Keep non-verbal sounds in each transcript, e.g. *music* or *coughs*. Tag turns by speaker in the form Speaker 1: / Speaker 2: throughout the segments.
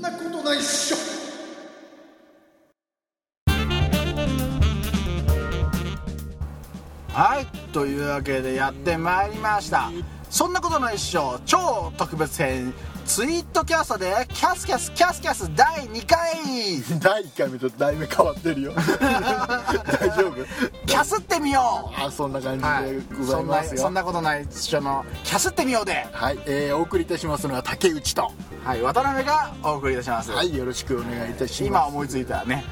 Speaker 1: 一緒はいというわけでやってまいりましたそんなことの一生超特別編ツイートキャストでキャスキャスキャスキャス第2回
Speaker 2: 第1回目と題名変わってるよ大丈夫
Speaker 1: キャスってみよ
Speaker 2: あそんな感
Speaker 1: う、は
Speaker 2: じで
Speaker 1: い、
Speaker 2: ござ
Speaker 1: そ
Speaker 2: い
Speaker 1: ん
Speaker 2: ま
Speaker 1: な
Speaker 2: すよ、
Speaker 1: そんなことない一緒のキャスってみようで、
Speaker 2: はい、えー、お送りいたしますのは竹内と
Speaker 1: はい、渡辺がお送りいたします、
Speaker 2: はいよろしくお願いいたし
Speaker 1: 今
Speaker 2: ま
Speaker 1: 思いついた *laughs* ね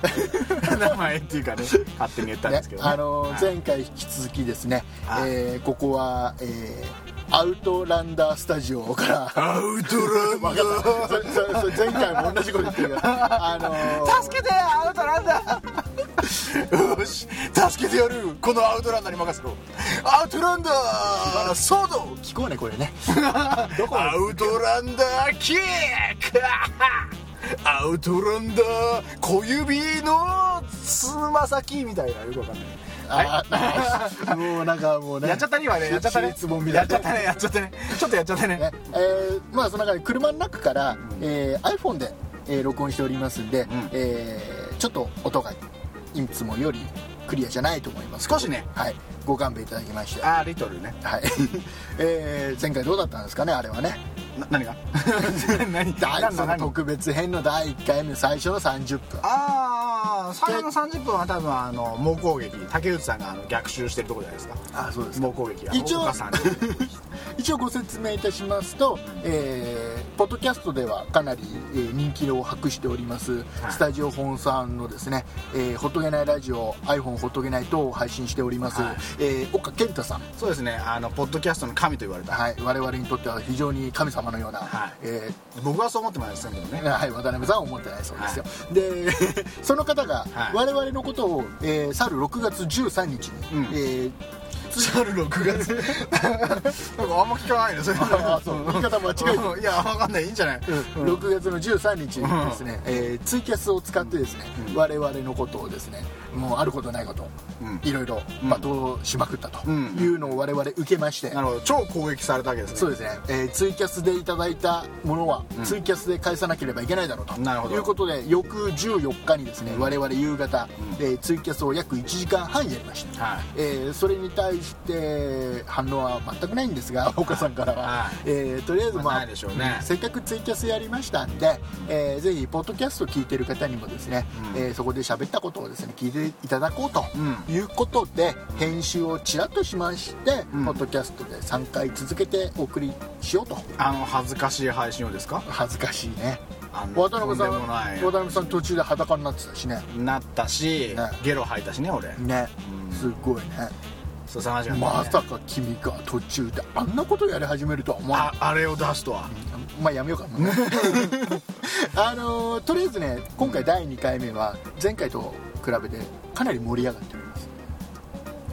Speaker 1: 名前っていうかね勝手に言った
Speaker 2: す
Speaker 1: んですけど、ね
Speaker 2: あのー
Speaker 1: はい
Speaker 2: 前回引き続きですね、
Speaker 1: はい
Speaker 2: えーここは、えーアウトランダースタジオから
Speaker 1: アウトランダ
Speaker 2: わかったそれそれそれ前回も同じこと言ってるからあのー
Speaker 1: 助けてアウトランダーよし助けてやるこのアウトランダーに任せろアウトランダーソード
Speaker 2: 聞こうねこれね
Speaker 1: アウトランダーキックアウトランダー小指のつま先みたいなよくわかんない
Speaker 2: ああもうなんかもうね
Speaker 1: やっちゃったね今ねやっちゃったね
Speaker 2: ししつぼみだ
Speaker 1: やっちゃったねやっちゃったねちょっとやっちゃったね
Speaker 2: ねえーまあその中で車の中から、えー iPhone で、えー録音しておりますんで、
Speaker 1: ん
Speaker 2: えーちょっと音がいつもよりクリアじゃないと思いますけど
Speaker 1: 少しね
Speaker 2: はいご勘弁いただきましては
Speaker 1: あーリトルね
Speaker 2: い、 *laughs* えー前回どうだったんですかねあれはね
Speaker 1: な何が *laughs* 何
Speaker 2: 第
Speaker 1: 何の
Speaker 2: その
Speaker 1: 何
Speaker 2: 特別編の第1回目最初の30分
Speaker 1: ああ最後の30分は多分あの猛攻撃竹内さんがあの逆襲してるとこじゃないですか
Speaker 2: あそうで
Speaker 1: 猛攻撃が
Speaker 2: 一応
Speaker 1: 岡さん
Speaker 2: *laughs* 一応ご説明いたしますと、えーポッドキャストではかなり、えー人気を博しております、スタジオ本さんのですね「えーほっとけないラジオ」iPhone ほっとけない等を配信しております、
Speaker 1: はい
Speaker 2: えー岡健太さん、
Speaker 1: そうですねあのポッドキャストの神と言われた、
Speaker 2: はい、我々にとっては非常に神様のような、
Speaker 1: はい
Speaker 2: え
Speaker 1: 僕はそう思ってませんけどね
Speaker 2: ーはい、渡辺さんは思ってないそうですよ、で *laughs* その方が
Speaker 1: はい
Speaker 2: 我々のことを、えー去る6月13日に、
Speaker 1: うん
Speaker 2: えー *laughs*
Speaker 1: 去る6月なんかあんま聞かないのそれ
Speaker 2: あ
Speaker 1: *laughs*
Speaker 2: そう言い方間違えた
Speaker 1: いやわかんないいいんじゃない、
Speaker 2: 6月の13日にですね、えーツイキャスを使ってですね、我々のことをですねもうあることないこと、
Speaker 1: うん
Speaker 2: いろいろ罵倒しまくったと
Speaker 1: うん
Speaker 2: いうのを我々受けまして、
Speaker 1: なるほど超攻撃されたわけですね
Speaker 2: そうですね、えーツイキャスでいただいたものは、ツイキャスで返さなければいけないだろうと
Speaker 1: なるほど
Speaker 2: いうことで翌14日にですね我々夕方、
Speaker 1: うん
Speaker 2: えーツイキャスを約1時間半やりました、
Speaker 1: はい
Speaker 2: えーそれに対して反応は全くないんです
Speaker 1: *laughs*
Speaker 2: が岡さんからは、
Speaker 1: はい
Speaker 2: えーとりあえず、
Speaker 1: まあ
Speaker 2: まあ
Speaker 1: ないでしょうね
Speaker 2: うんせっかくツイキャスやりましたんで、えーぜひポッドキャスト聞いてる方にもですね、
Speaker 1: うん
Speaker 2: えーそこで喋ったことをですね聞いていただこうと
Speaker 1: う
Speaker 2: いうことで、編集をちらっとしまして、
Speaker 1: うん
Speaker 2: ポッドキャストで3回続けてお送りしようと
Speaker 1: あの恥ずかしい配信をですか
Speaker 2: 恥ずかしいね
Speaker 1: あの
Speaker 2: 渡辺さん
Speaker 1: とんでもな
Speaker 2: 渡辺さん途中で裸になってたしね
Speaker 1: いなったし、
Speaker 2: ね
Speaker 1: ゲロ吐いたしね俺、
Speaker 2: ね
Speaker 1: うん
Speaker 2: すごいね
Speaker 1: そう探しがあったね
Speaker 2: まさか君が途中であんなことやり始めるとは思わなかった
Speaker 1: ああれを出すとは、
Speaker 2: まあやめようか
Speaker 1: *laughs*
Speaker 2: もうあのーとりあえずね今回第2回目は前回と比べてかなり盛り上がっており
Speaker 1: *laughs*
Speaker 2: ます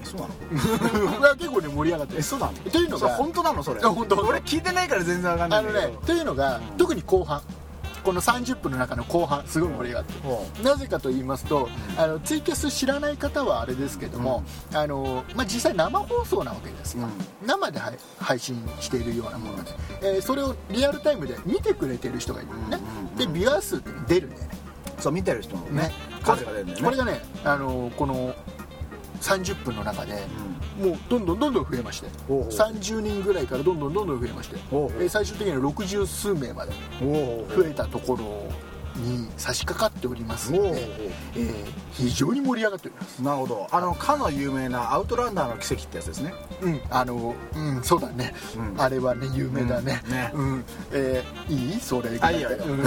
Speaker 1: えそうなの
Speaker 2: いや結構ね盛り上がってる
Speaker 1: えそうなの
Speaker 2: というの
Speaker 1: それ
Speaker 2: が
Speaker 1: 本当なのそれ
Speaker 2: いや本当
Speaker 1: 俺聞いてないから全然わかんな
Speaker 2: あ
Speaker 1: いん
Speaker 2: の
Speaker 1: だけど
Speaker 2: ねというのが、特に後半この30分の中の後半すごい盛り上がってる
Speaker 1: ほ
Speaker 2: なぜかと言いますと、あのツイキャス知らない方はあれですけども、あのまあ、実際生放送なわけですよ、生ではい配信しているようなもので、えーそれをリアルタイムで見てくれてる人がいるのね、でビュアー数って出るんだよね
Speaker 1: そう見てる人のね
Speaker 2: ね
Speaker 1: 数が出るんだよね
Speaker 2: これがね、あのこの30分の中で、もうどんどんどんどん増えまして
Speaker 1: おうおう
Speaker 2: 30人ぐらいからどんどんどんどん増えまして
Speaker 1: おうおう
Speaker 2: えー最終的には60数名まで
Speaker 1: うんおー
Speaker 2: 増えたところに差し掛かっておりますの
Speaker 1: おうおう
Speaker 2: で、えー非常に盛り上がっております
Speaker 1: なるほどあのかの有名な「アウトランダーの奇跡」ってやつですね
Speaker 2: うんあのうんそうだね、
Speaker 1: うん
Speaker 2: あれはね有名だね,、
Speaker 1: うんね
Speaker 2: うんえーいいそれぐら
Speaker 1: あいいよいいよ
Speaker 2: うん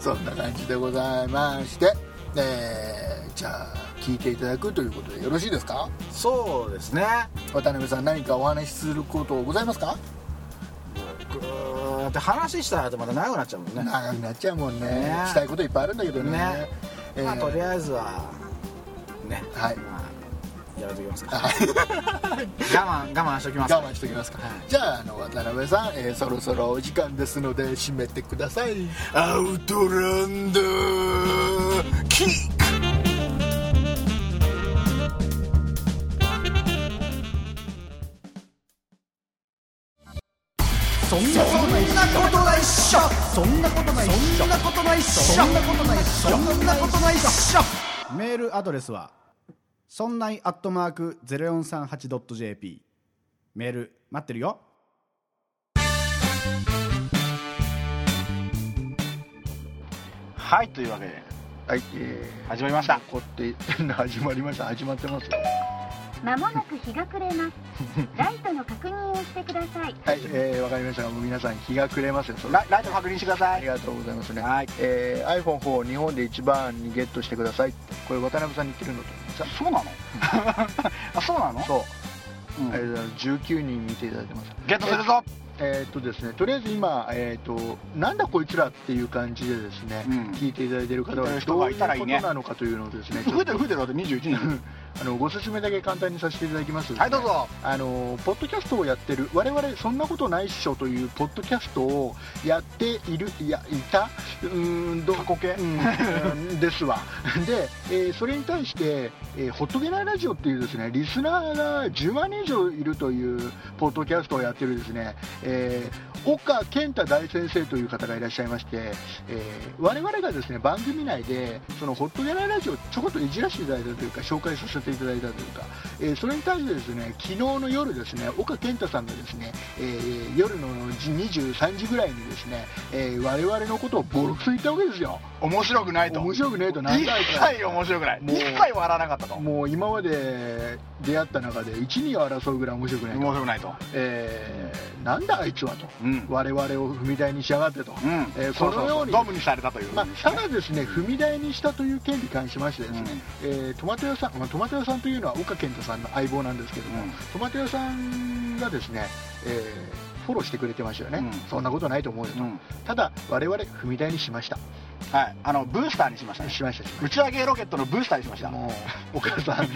Speaker 2: そんな *laughs* 感じでございまして、えーじゃあ聞いていただくということでよろしいですか
Speaker 1: そうですね
Speaker 2: 渡辺さん何かお話しすることございますか
Speaker 1: ぐーって話したらまた長くなっちゃうもんね
Speaker 2: 長くなっちゃうもんね
Speaker 1: ね
Speaker 2: したいこといっぱいあるんだけどね
Speaker 1: ね
Speaker 2: えー
Speaker 1: まあとりあえずはね
Speaker 2: はい
Speaker 1: まあやめときますか
Speaker 2: はい
Speaker 1: *laughs* 我慢我慢しときます
Speaker 2: 我慢しておきますか、じゃああの渡辺さん、えーそろそろお時間ですので締めてください
Speaker 1: アウトランダーキック
Speaker 3: そんなことないっしょそんなことないっしょそんなことないっしょそんなことないっしょそんなことないっしょメールアドレスはそんないアットマーク 0438.jp メール待ってるよ
Speaker 1: はいというわけで
Speaker 2: はい、えー、
Speaker 1: 始まりました
Speaker 2: こって始まりました始まってますよ
Speaker 4: まもなく日が暮れます。ライトの確認をしてください。
Speaker 2: はい、えー、わかりましたもう皆さん日が暮れますよそれ
Speaker 1: ラライト確認してくだ
Speaker 2: あ
Speaker 1: さ
Speaker 2: り
Speaker 1: い
Speaker 2: がとうございますね、
Speaker 1: はい
Speaker 2: えー、iPhone4 日本で一番にゲットしてくださいこれ渡辺さんに言ってるのとさ
Speaker 1: そうなの *laughs* あそうなの
Speaker 2: そう、
Speaker 1: うん
Speaker 2: えー、19人見ていただいてます
Speaker 1: ゲットするぞ
Speaker 2: えーっとですね、とりあえず今、えーっとなんだこいつらっていう感じでですね、
Speaker 1: うん
Speaker 2: 聞いていただいてる方
Speaker 1: 聞いて
Speaker 2: は
Speaker 1: る人
Speaker 2: どう
Speaker 1: が
Speaker 2: い
Speaker 1: いうたらい
Speaker 2: こと
Speaker 1: いね
Speaker 2: なのかというのをです *laughs* ねちょ
Speaker 1: 増え
Speaker 2: ってと
Speaker 1: る増えてるだって21人
Speaker 2: あのご説明だけ簡単にさせていただきます、
Speaker 1: はいどうぞ
Speaker 2: あのポッドキャストをやってる我々そんなことないっしょというポッドキャストをやっているいやいたうーんど過去形、うん、 *laughs* ですわで、えーそれに対して、えーホットゲナーラジオっていうですねリスナーが10万人以上いるというポッドキャストをやってるですね、えー岡健太大先生という方がいらっしゃいまして、えー我々がですね番組内でそのホットギャララジオをちょこっといじらせていただいたというか紹介させていただいたというか、えーそれに対してですね昨日の夜ですね岡健太さんがですね、えー夜の23時ぐらいにですね、えー我々のことをボロクソ言ったわけですよ
Speaker 1: 面白くないと
Speaker 2: 面白くねえと何
Speaker 1: 一
Speaker 2: 回か
Speaker 1: 切面白くない
Speaker 2: もう
Speaker 1: 一切笑わなかったと面
Speaker 2: もう今まで出会った中で一二を争うぐらい面白くないと、
Speaker 1: 白くないと
Speaker 2: えーなんだあいつはと、
Speaker 1: うん
Speaker 2: 我々を踏み台にしやがってと、
Speaker 1: うん
Speaker 2: えー
Speaker 1: そう
Speaker 2: こ
Speaker 1: そう
Speaker 2: のよ
Speaker 1: そうう
Speaker 2: に
Speaker 1: ドムにされたという
Speaker 2: まあ、ただですね踏み台にしたという件に関しましてですね、えートマト屋さん、まあ、トマト屋さんというのは岡健太さんの相棒なんですけども、
Speaker 1: うん
Speaker 2: トマト屋さんがですね、えーフォローしてくれてましたよね、
Speaker 1: うん
Speaker 2: そんなことないと思うよと、
Speaker 1: うん
Speaker 2: ただ我々踏み台にしました
Speaker 1: はいあのブースターにしましたね
Speaker 2: しましたしま
Speaker 1: 打
Speaker 2: し
Speaker 1: ち上げロケットのブースターにしましたた
Speaker 2: もうお母
Speaker 1: *laughs*
Speaker 2: さん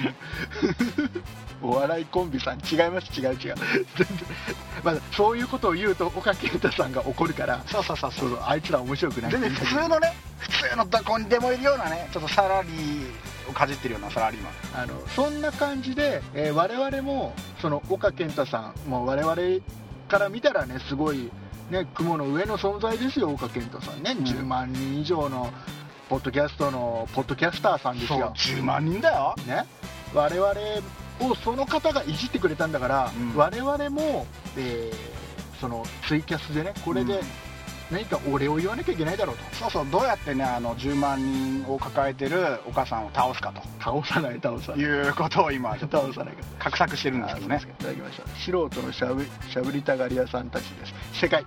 Speaker 2: お笑いコンビさん違います違う違う全然まあそういうことを言うと岡健太さんが怒るから
Speaker 1: そうそうそうそ
Speaker 2: そうそうあいつら面白くない
Speaker 1: 全然普通のね普通のどこにでもいるようなねちょっとサラリーをかじってるようなサラリーマン
Speaker 2: あのそんな感じで、えー我々もその岡健太さんもう我々から見たらねすごい、ね、雲の上の存在ですよ岡健太さんね、
Speaker 1: ん
Speaker 2: 10万人以上のポッドキャストのポッドキャスターさんです
Speaker 1: そう
Speaker 2: よ、
Speaker 1: 10万人だよ
Speaker 2: ね、我々をその方がいじってくれたんだから、
Speaker 1: うん
Speaker 2: 我々も、えーそのツイキャスでねこれ
Speaker 1: う
Speaker 2: で
Speaker 1: ん
Speaker 2: 何かお礼を言わなきゃいけないだろうと
Speaker 1: そうそうどうやってねあの10万人を抱えてるお母さんを倒すか
Speaker 2: 倒さない倒さな
Speaker 1: と
Speaker 2: い
Speaker 1: いうことを今ちょっと
Speaker 2: 倒さないから。
Speaker 1: 画策してるんですけ *laughs* どね
Speaker 2: いただきました素人のしゃぶしゃぶりたがり屋さんたちです世
Speaker 1: *laughs*
Speaker 2: 界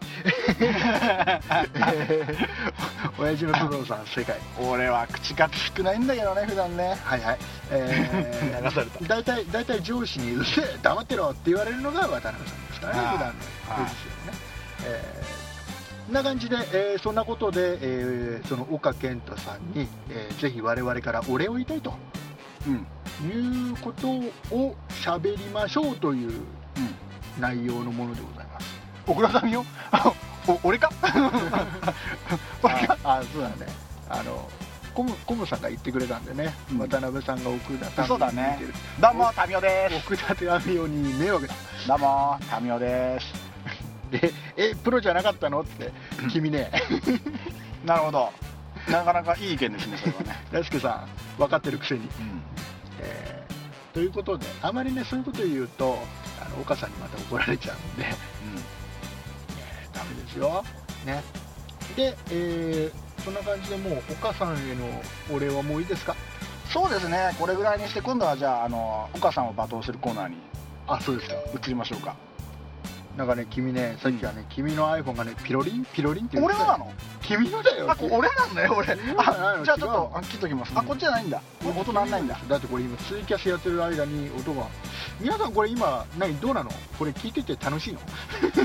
Speaker 2: 親父の工藤さん世界
Speaker 1: 俺は口数少ないんだけどね普段ね
Speaker 2: はいはい、え
Speaker 1: 流された
Speaker 2: 大体大体上司に「うっせえ黙ってろ」って言われるのが渡辺さんですからね
Speaker 1: はい
Speaker 2: 普段の
Speaker 1: はい
Speaker 2: ですよね、えーな感じで、えーそんなことで、えーその岡健太さんに、えーぜひ我々からお礼を言いたいと
Speaker 1: うん
Speaker 2: いうことを喋りましょうという
Speaker 1: うん
Speaker 2: 内容のものでございます
Speaker 1: 小倉さんよお俺か *laughs* 俺か
Speaker 2: *laughs* ああそうだねあのコムコムさんが言ってくれたんでね、
Speaker 1: うん
Speaker 2: 渡辺さんが奥田民
Speaker 1: そうだ
Speaker 2: 生に
Speaker 1: ね
Speaker 2: 似てる
Speaker 1: どうもタミオです
Speaker 2: 奥田民生に迷惑だ
Speaker 1: どうもタミオです
Speaker 2: ええプロじゃなかったのって君ね *laughs*
Speaker 1: なるほどなかなかいい意見ですねそれはね
Speaker 2: 大輔さん分かってるくせに、
Speaker 1: *laughs* うん
Speaker 2: えーということであまりねそういうこと言うとあの岡さんにまた怒られちゃうんで *laughs* ダメですよねで、えーそんな感じでもう岡さんへのお礼はもういいですか
Speaker 1: そうですねこれぐらいにして今度はじゃああの岡さんを罵倒するコーナーに
Speaker 2: あそうですか
Speaker 1: 移りましょうか
Speaker 2: なんかね君ねさっきはね、君の iPhone がねピロリンピロリンって言っ
Speaker 1: 俺
Speaker 2: てたよ
Speaker 1: のなの
Speaker 2: 君のだよ
Speaker 1: あこ俺なのね俺あじゃあちょっとあ切っときます、あ
Speaker 2: うん
Speaker 1: こっちじゃないんだ音なんないんだ
Speaker 2: だってこれ今ツイキャスやってる間に音が皆さんこれ今何どうなのこれ聞いてて楽しいの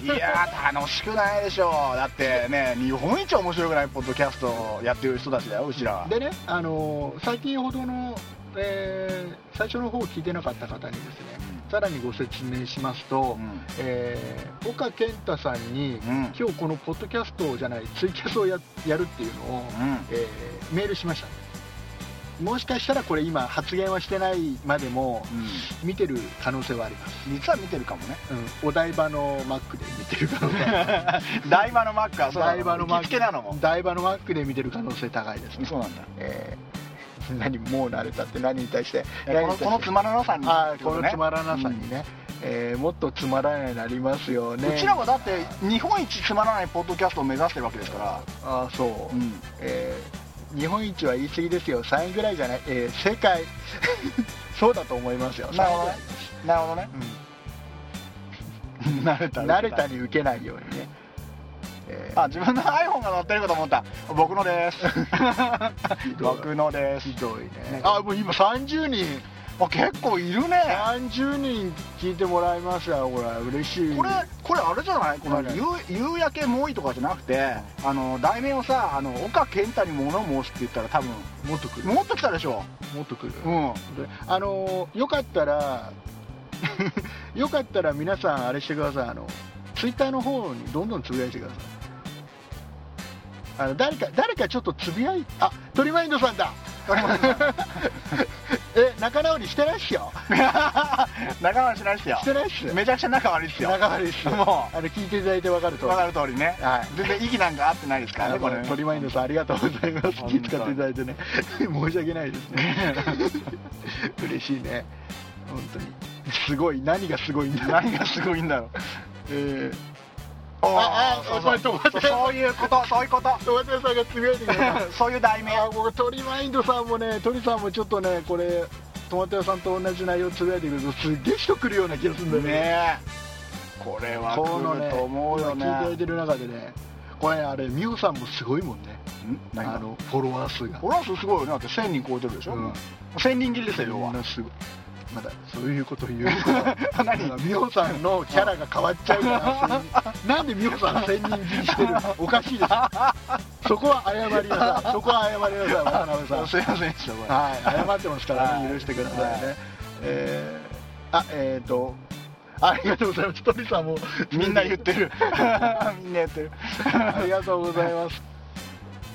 Speaker 1: いやー楽しくないでしょだってね日本一面白くないポッドキャストをやってる人たちだようちらは
Speaker 2: でね、あのー最近ほどの、えー最初の方を聞いてなかった方にですねさらにご説明しますと、
Speaker 1: うん
Speaker 2: えー岡健太さんに、
Speaker 1: うん
Speaker 2: 今日このポッドキャストじゃないツイキャスをややるっていうのを、
Speaker 1: うん
Speaker 2: えーメールしましたもしかしたらこれ今発言はしてないまでも見てる可能性はあります、
Speaker 1: うん、実は見てるかも *laughs* ね
Speaker 2: お台場のマックで見てる可能性ありま
Speaker 1: 台場のマックは
Speaker 2: す
Speaker 1: *laughs* そうだ
Speaker 2: 台場のマッ
Speaker 1: 行き
Speaker 2: ク
Speaker 1: つけなのも
Speaker 2: 台場のマックで見てる可能性高いですね
Speaker 1: そうなんだ
Speaker 2: えー何もう慣れたって何に対して
Speaker 1: このこのつまらなさに
Speaker 2: あ
Speaker 1: っ
Speaker 2: あ
Speaker 1: て
Speaker 2: こ
Speaker 1: と
Speaker 2: の
Speaker 1: ね
Speaker 2: つまらなさにね、えーもっとつまらないようになりますよね
Speaker 1: うちらはだって日本一つまらないポッドキャストを目指してるわけですから
Speaker 2: ああそう、
Speaker 1: うん
Speaker 2: えー日本一は言い過ぎですよ3位ぐらいじゃない、えー世界 *laughs* そうだと思いますよ
Speaker 1: なるほどねなるほどね *laughs* 慣れた
Speaker 2: 慣れたに受けないようにね、えー
Speaker 1: あ自分の iPhone が載ってるかと思った僕のです
Speaker 2: *laughs*
Speaker 1: 僕のです
Speaker 2: ひどいね
Speaker 1: ね
Speaker 2: あもう今30人
Speaker 1: あ結構いるね
Speaker 2: 30人聞いてもらいましたよこれ嬉しい
Speaker 1: これこれあれじゃないこの
Speaker 2: 何
Speaker 1: 夕夕焼けもいとかじゃなくてあの題名をさあの岡健太に物申すって言ったら多分
Speaker 2: もっとくる
Speaker 1: 持ってきたでしょ
Speaker 2: もっとくる
Speaker 1: うん *laughs*
Speaker 2: あのーよかったら *laughs* よかったら皆さんあれしてくださいあのツイッターの方にどんどんつぶやいてくださいあの誰か誰かちょっとつぶやいあトリマインドさんだ *laughs* え仲直りしてないっすよ
Speaker 1: 仲間しないっすよ
Speaker 2: してないっす
Speaker 1: めちゃくちゃ仲悪いっすよ
Speaker 2: 仲悪いっす
Speaker 1: も
Speaker 2: あの聞いていただいて分かると
Speaker 1: う分かる通りね
Speaker 2: はい
Speaker 1: 全然息なんか合ってないですからねこれね
Speaker 2: トリマインドさんありがとうございます
Speaker 1: 本当
Speaker 2: 気
Speaker 1: に
Speaker 2: 使っていただいてね *laughs* 申し訳ないですね *laughs* 嬉しいね本当にすごい何がすごいんだ
Speaker 1: 何がすごいんだろう
Speaker 2: えー、あ
Speaker 1: あ
Speaker 2: あ
Speaker 1: そうそう
Speaker 2: 止まって
Speaker 1: そういうことそういうこと
Speaker 2: トマトさんがつぶやいてくれた
Speaker 1: *laughs* そういう題
Speaker 2: *laughs*
Speaker 1: 名
Speaker 2: あ僕鳥マインドさんもね鳥さんもちょっとねこれトマト屋さんと同じ内容つぶやいてくるとすっげえ人来るような気がするんだよね
Speaker 1: ねえこれは
Speaker 2: この
Speaker 1: 来る
Speaker 2: ね
Speaker 1: と思うよね
Speaker 2: 今聞いていただいてる中でねこれあれ美穂さんもすごいもんね
Speaker 1: ん何が
Speaker 2: あのフォロワー数が
Speaker 1: ホランスすごいよねだって1000人超えてるでしょ、
Speaker 2: うん
Speaker 1: 1000人切りですよ要
Speaker 2: みん
Speaker 1: は
Speaker 2: なすごいまだそういうこと言う *laughs* 何美穂さんのキャラが変わっちゃうから千人 *laughs* なんで美穂さん千人斬りしてるのおかしいでしょ *laughs* そこは謝りなさいそこは謝りなさい渡辺さん
Speaker 1: すいませんでしたこれ
Speaker 2: はい、謝ってますからね、
Speaker 1: はい
Speaker 2: 許してくださいね。えー、あ、えっ、ー、と、ありがとうございます。鳥さんも、
Speaker 1: みんな言っ
Speaker 2: *laughs*
Speaker 1: てるみんな言ってる
Speaker 2: ありがとうございます。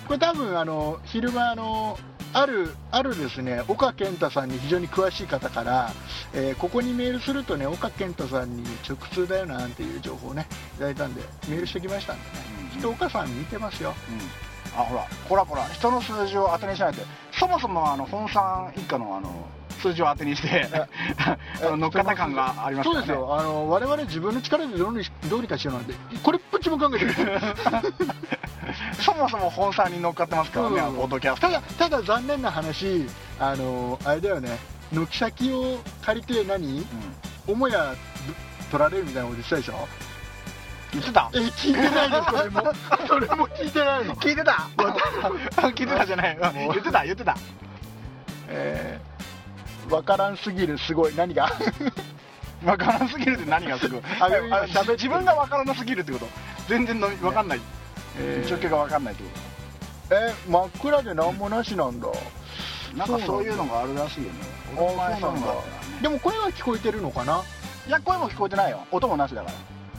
Speaker 2: これ多分、あの、昼間、あの、ある、あるですね、岡健太さんに非常に詳しい方から、えーここにメールするとね、岡健太さんに直通だよなんていう情報をね、いただいたんで、メールしてきましたんでね。きっと岡さん見てますよ。
Speaker 1: あほらこらこら人の数字を当てにしないでそもそもあの本さん一家のあの数字を当てにして
Speaker 2: *laughs*
Speaker 1: あの乗っかった感があります
Speaker 2: そう
Speaker 1: から
Speaker 2: で
Speaker 1: ね
Speaker 2: すよあの我々自分の力でどうにどうにかしようなんてこれっぽっちも考えてる
Speaker 1: *laughs* そもそも本さんに乗っかってますからね
Speaker 2: そうそうそう
Speaker 1: ポッドキャスト
Speaker 2: ただただ残念な話あのあれだよね軒先を借りて何母屋ぶ取られるみたいなこと言ってたでしょ
Speaker 1: 言ってた
Speaker 2: え聞いてないのそれも *laughs* それも聞いてないの
Speaker 1: 聞いてた *laughs* 聞いてたじゃない言ってた言ってた
Speaker 2: *laughs* えー、分からんすぎるすごい何が
Speaker 1: 分からなすぎるって何がすごい
Speaker 2: あ今
Speaker 1: あ
Speaker 2: 喋ってる
Speaker 1: 自分が分からなすぎるってこと全然の分かんない、状況が分かんないってこ
Speaker 2: *laughs* え真っ暗で何もなしなんだ
Speaker 1: となんかそういうのがあるらしいよね
Speaker 2: あ
Speaker 1: お前
Speaker 2: そうなんだでも声は聞こえてるのかない
Speaker 1: や声も聞こえてないよ音もなしだから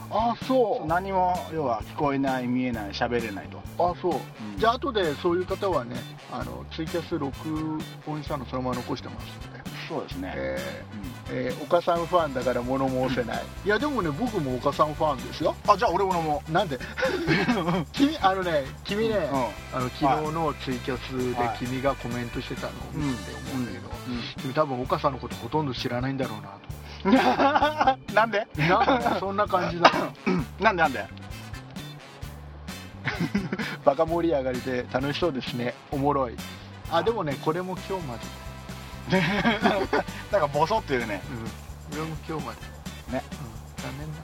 Speaker 2: あそう
Speaker 1: 何も要は聞こえない見えない喋れないと
Speaker 2: あそう、
Speaker 1: ん
Speaker 2: じゃあ後でそういう方はねあのツイキャス録音したのそのまま残してますんで、
Speaker 1: そうですね、
Speaker 2: えーえー岡さんファンだから物申せない、いやでもね僕も岡さんファンですよ
Speaker 1: あじゃあ俺も飲も
Speaker 2: なんで *laughs* 君あのね君ね、あの昨日
Speaker 1: はい
Speaker 2: のツイキャスで
Speaker 1: はい
Speaker 2: 君がコメントしてたのを見てて思うんだけど、君多分岡さんのことほとんど知らないんだろうな
Speaker 1: うなんで
Speaker 2: と
Speaker 1: *laughs*
Speaker 2: なんかねそんな感じだ
Speaker 1: なんでなんで
Speaker 2: *laughs* バカ盛り上がりで楽しそうですねおもろいあでもねこれも今日まで、
Speaker 1: *laughs* なんかボソっていうね
Speaker 2: これも今日まで
Speaker 1: ね
Speaker 2: 残念だ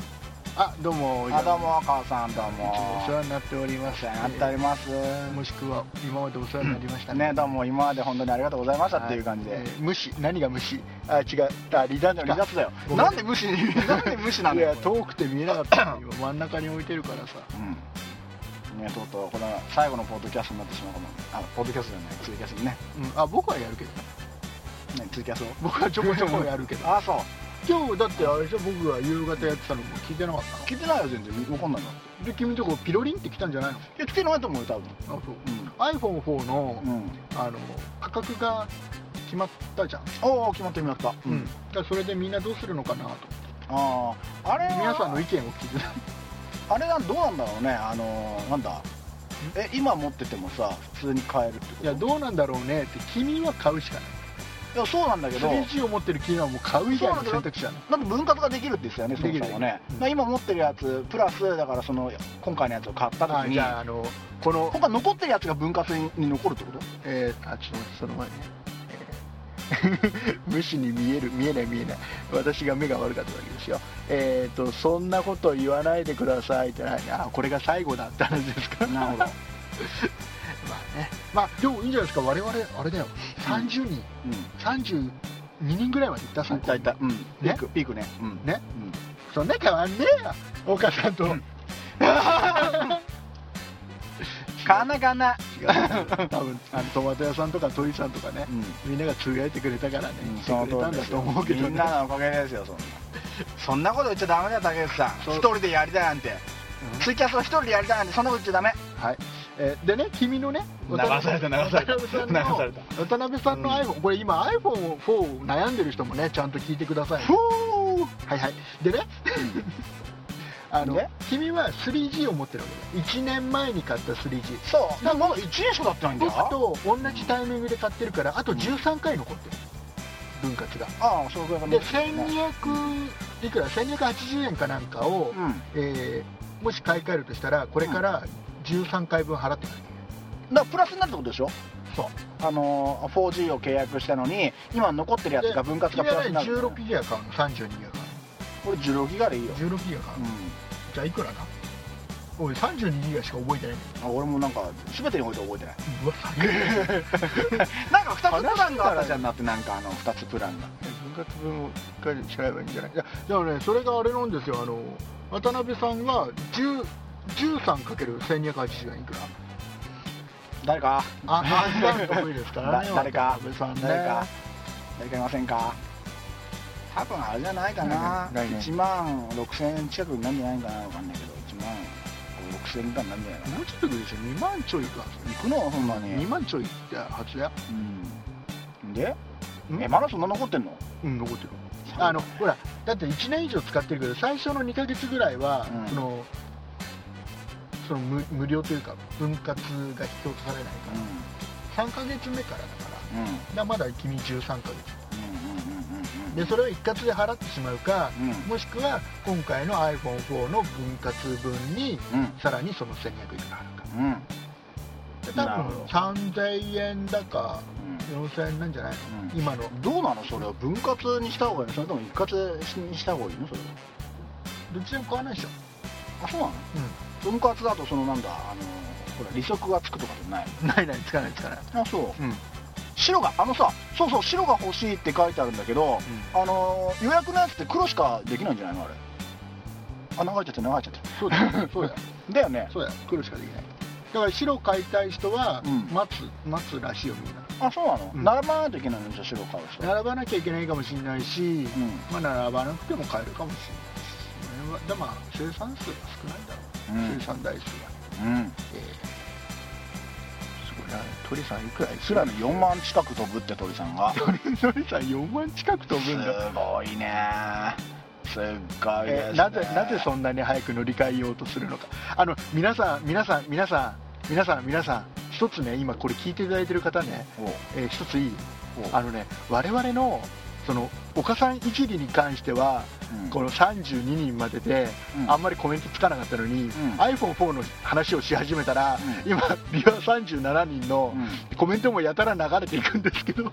Speaker 2: あどうも
Speaker 1: あどうも母さんどう
Speaker 2: いつも
Speaker 1: も
Speaker 2: お世話になっており
Speaker 1: お
Speaker 2: ます
Speaker 1: 世話になっております、
Speaker 2: もしくは今までお世話になりました
Speaker 1: ねどうも今まで本当にありがとうございましたっていう感じで、
Speaker 2: はいえー無視何が無視あ違った離脱か
Speaker 1: 離脱だよ
Speaker 2: ごめん
Speaker 1: なんで無視なんで無視なん
Speaker 2: い
Speaker 1: だよ
Speaker 2: や遠くて見えなかった *coughs* 今真ん中に置いてるからさ
Speaker 1: うんねとうとうこの最後のポッドキャストになってしまうかもあポッドキャストじゃないツイキャスね
Speaker 2: うんあ僕はやるけど
Speaker 1: ねツイキャスを
Speaker 2: *laughs* 僕はちょこちょこやるけど
Speaker 1: あそう
Speaker 2: 今日だってあれじゃ僕が夕方やってたのも聞いてなかったの
Speaker 1: 聞いてないよ全然わかんないのい
Speaker 2: *laughs* で君のとこピロリンって来たんじゃないの
Speaker 1: や来てないと思うよ多分
Speaker 2: あそう iPhone4 の,、
Speaker 1: うん、うん、
Speaker 2: あの価格が決まったじゃん、
Speaker 1: おお決まった決まった、
Speaker 2: だからそれでみんなどうするのかなと
Speaker 1: あああれは
Speaker 2: 皆さんの意見を聞い *laughs* て
Speaker 1: あれはどうなんだろうねあのーなんだえ今持っててもさ普通に買えるってこと
Speaker 2: いやどうなんだろうねって君は買うしかない
Speaker 1: いやそうなんだけど
Speaker 2: 3G を持ってる君はもう買う以外の選択肢はない
Speaker 1: だって分割ができるって言ってたよねそもそもね
Speaker 2: で、きる
Speaker 1: まあ今持ってるやつプラスだからその今回のやつを買った時
Speaker 2: あ
Speaker 1: に
Speaker 2: じゃああのこの
Speaker 1: 今回残ってるやつが分割に残るってこと
Speaker 2: えー、あちょっと待ってその前にねえー無視に見える見えない見えない私が目が悪かっただけですよえっ、とそんなこと言わないでくださいってないあこれが最後だって話ですか
Speaker 1: なるほど
Speaker 2: まあねまあでもいいんじゃないですか我々あれだよ30人、 *laughs*
Speaker 1: う
Speaker 2: 32人ぐらいまで行ったさ
Speaker 1: ん大体うんピークピークねうん
Speaker 2: ね
Speaker 1: うん
Speaker 2: そんな変わんねえよ岡さんと、
Speaker 1: かなかな
Speaker 2: 違う多分あのトマト屋さんとか鳥さんとかね、みんながつぶやいてくれたからね、来てくれたんだと思うけどね
Speaker 1: みんなのおかげですよそんなそんなこと言っちゃダメだよ竹内さん
Speaker 2: そう
Speaker 1: 一人でやりたいなんて、ツイキャスを一人でやりたいなんてそんなこと言っちゃダメ
Speaker 2: はい、えーでね君のね
Speaker 1: 流された流された
Speaker 2: 渡辺さんの
Speaker 1: 流された
Speaker 2: 渡辺さんの iPhone、これ今 iPhone4 を悩んでる人もねちゃんと聞いてください
Speaker 1: ふ
Speaker 2: ね
Speaker 1: う
Speaker 2: はいはいでね *laughs* あの
Speaker 1: で
Speaker 2: 君は 3G を持ってるわけだ1年前に買った 3G
Speaker 1: そうだからまだ1年しか経ってないんだよ
Speaker 2: 僕と同じタイミングで買ってるからあと13回残ってる分割が
Speaker 1: ああそういうこと
Speaker 2: で1200いくら1280円かなんかを、
Speaker 1: うん
Speaker 2: えーもし買い替えるとしたらこれから13回分払ってくれる
Speaker 1: だからプラスになるってことでしょ
Speaker 2: そう
Speaker 1: あのー 4G を契約したのに今残ってるやつ
Speaker 2: で
Speaker 1: が分割がプ
Speaker 2: 君
Speaker 1: ラ
Speaker 2: は
Speaker 1: スに
Speaker 2: ね
Speaker 1: なる
Speaker 2: 16ギガ買うの32ギガ買
Speaker 1: これ16ギガでいいよ、
Speaker 2: うの16ギガ買う
Speaker 1: う
Speaker 2: の、
Speaker 1: ん
Speaker 2: じゃあいくらだおい32ギガしか覚えてないんだ
Speaker 1: あ、俺もなんか全てにおいて覚えてない
Speaker 2: うわ下げる
Speaker 1: なんか2つプランがあったじゃんなってなんかあの2つプランが
Speaker 2: 分割分を1回で違えばいいんじゃないいやでもねそれがあれなんですよあの渡辺さんが10 13×1280 円いくら
Speaker 1: 誰か
Speaker 2: ああんた得意ですからね
Speaker 1: だ誰か
Speaker 2: 渡辺さんね
Speaker 1: 誰か誰かいませんか多分あれじゃないかな
Speaker 2: 来年
Speaker 1: 1万6000円近くになるんじゃないかなわかんないけど1万6000円ぐらいになるんじゃないかな
Speaker 2: もうちょっとぐらいでしょ2万ちょいか
Speaker 1: 行くのほんまに
Speaker 2: 2万ちょいってはずだよ
Speaker 1: うんで
Speaker 2: ん
Speaker 1: えまだそんな残ってんの
Speaker 2: うん残ってるあのほらだって1年以上使ってるけど最初の2ヶ月ぐらいは、
Speaker 1: うん
Speaker 2: そのその無無料というか分割が必要とされないから3ヶ月目からだから
Speaker 1: うんうん
Speaker 2: だまだ君13ヶ
Speaker 1: うんうんうんうんうん
Speaker 2: 月でそれを一括で払ってしまうか、
Speaker 1: うん
Speaker 2: もしくは今回の iPhone4 の分割分に
Speaker 1: うん
Speaker 2: さらにその1200いくら払うか
Speaker 1: うんうん
Speaker 2: で
Speaker 1: なるほど
Speaker 2: 多分3000円だか4000円なんじゃないの、
Speaker 1: うん
Speaker 2: 今の
Speaker 1: どうなのそれは分割にした方がいいのそれとも一括にした方がいいのそれは
Speaker 2: どっちでも買わないでしょ
Speaker 1: あそうなの分割だとそのなんだあのほら利息がつくとかじゃない
Speaker 2: ないないつかないつかない
Speaker 1: あそう、
Speaker 2: うん
Speaker 1: 白があのさそうそう白が欲しいって書いてあるんだけど、あのー予約のやつって黒しかできないんじゃないのあれあ流れちゃって流れちゃって
Speaker 2: そうだよそうだよ
Speaker 1: だよね
Speaker 2: そうだよ来るしかできないだから白買いたい人は
Speaker 1: うん
Speaker 2: 待つ、待つらしいよみんな
Speaker 1: あそうなの、
Speaker 2: うん
Speaker 1: 並ばないといけないのじゃあ白買う人
Speaker 2: 並ばなきゃいけないかもしれないし、まあ、並ばなくても買えるかもしれないしでまあ生産数が少ないんだろ
Speaker 1: うん
Speaker 2: う、生産台数がね
Speaker 1: うん、うん、
Speaker 2: えー、すごいな鳥さんいくらい
Speaker 1: スラム4万近く飛ぶって鳥さんがす
Speaker 2: *laughs* 鳥さん4万近 *laughs* く飛ぶんだ
Speaker 1: ごいねすっごい
Speaker 2: え
Speaker 1: です、ね
Speaker 2: ーなぜなぜそんなに早く乗り換えようとするのかあの皆さん皆さん皆さん皆さん皆さん一つね今これ聞いていただいてる方ね、
Speaker 1: おう
Speaker 2: えー一ついい
Speaker 1: おう
Speaker 2: あのね我々のその岡さんいじりに関しては、
Speaker 1: うん
Speaker 2: この32人までで、
Speaker 1: うん
Speaker 2: あんまりコメントつかなかったのに、iPhone4 の話をし始めたら、
Speaker 1: うん
Speaker 2: 今リア37人のコメントもやたら流れていくんですけど、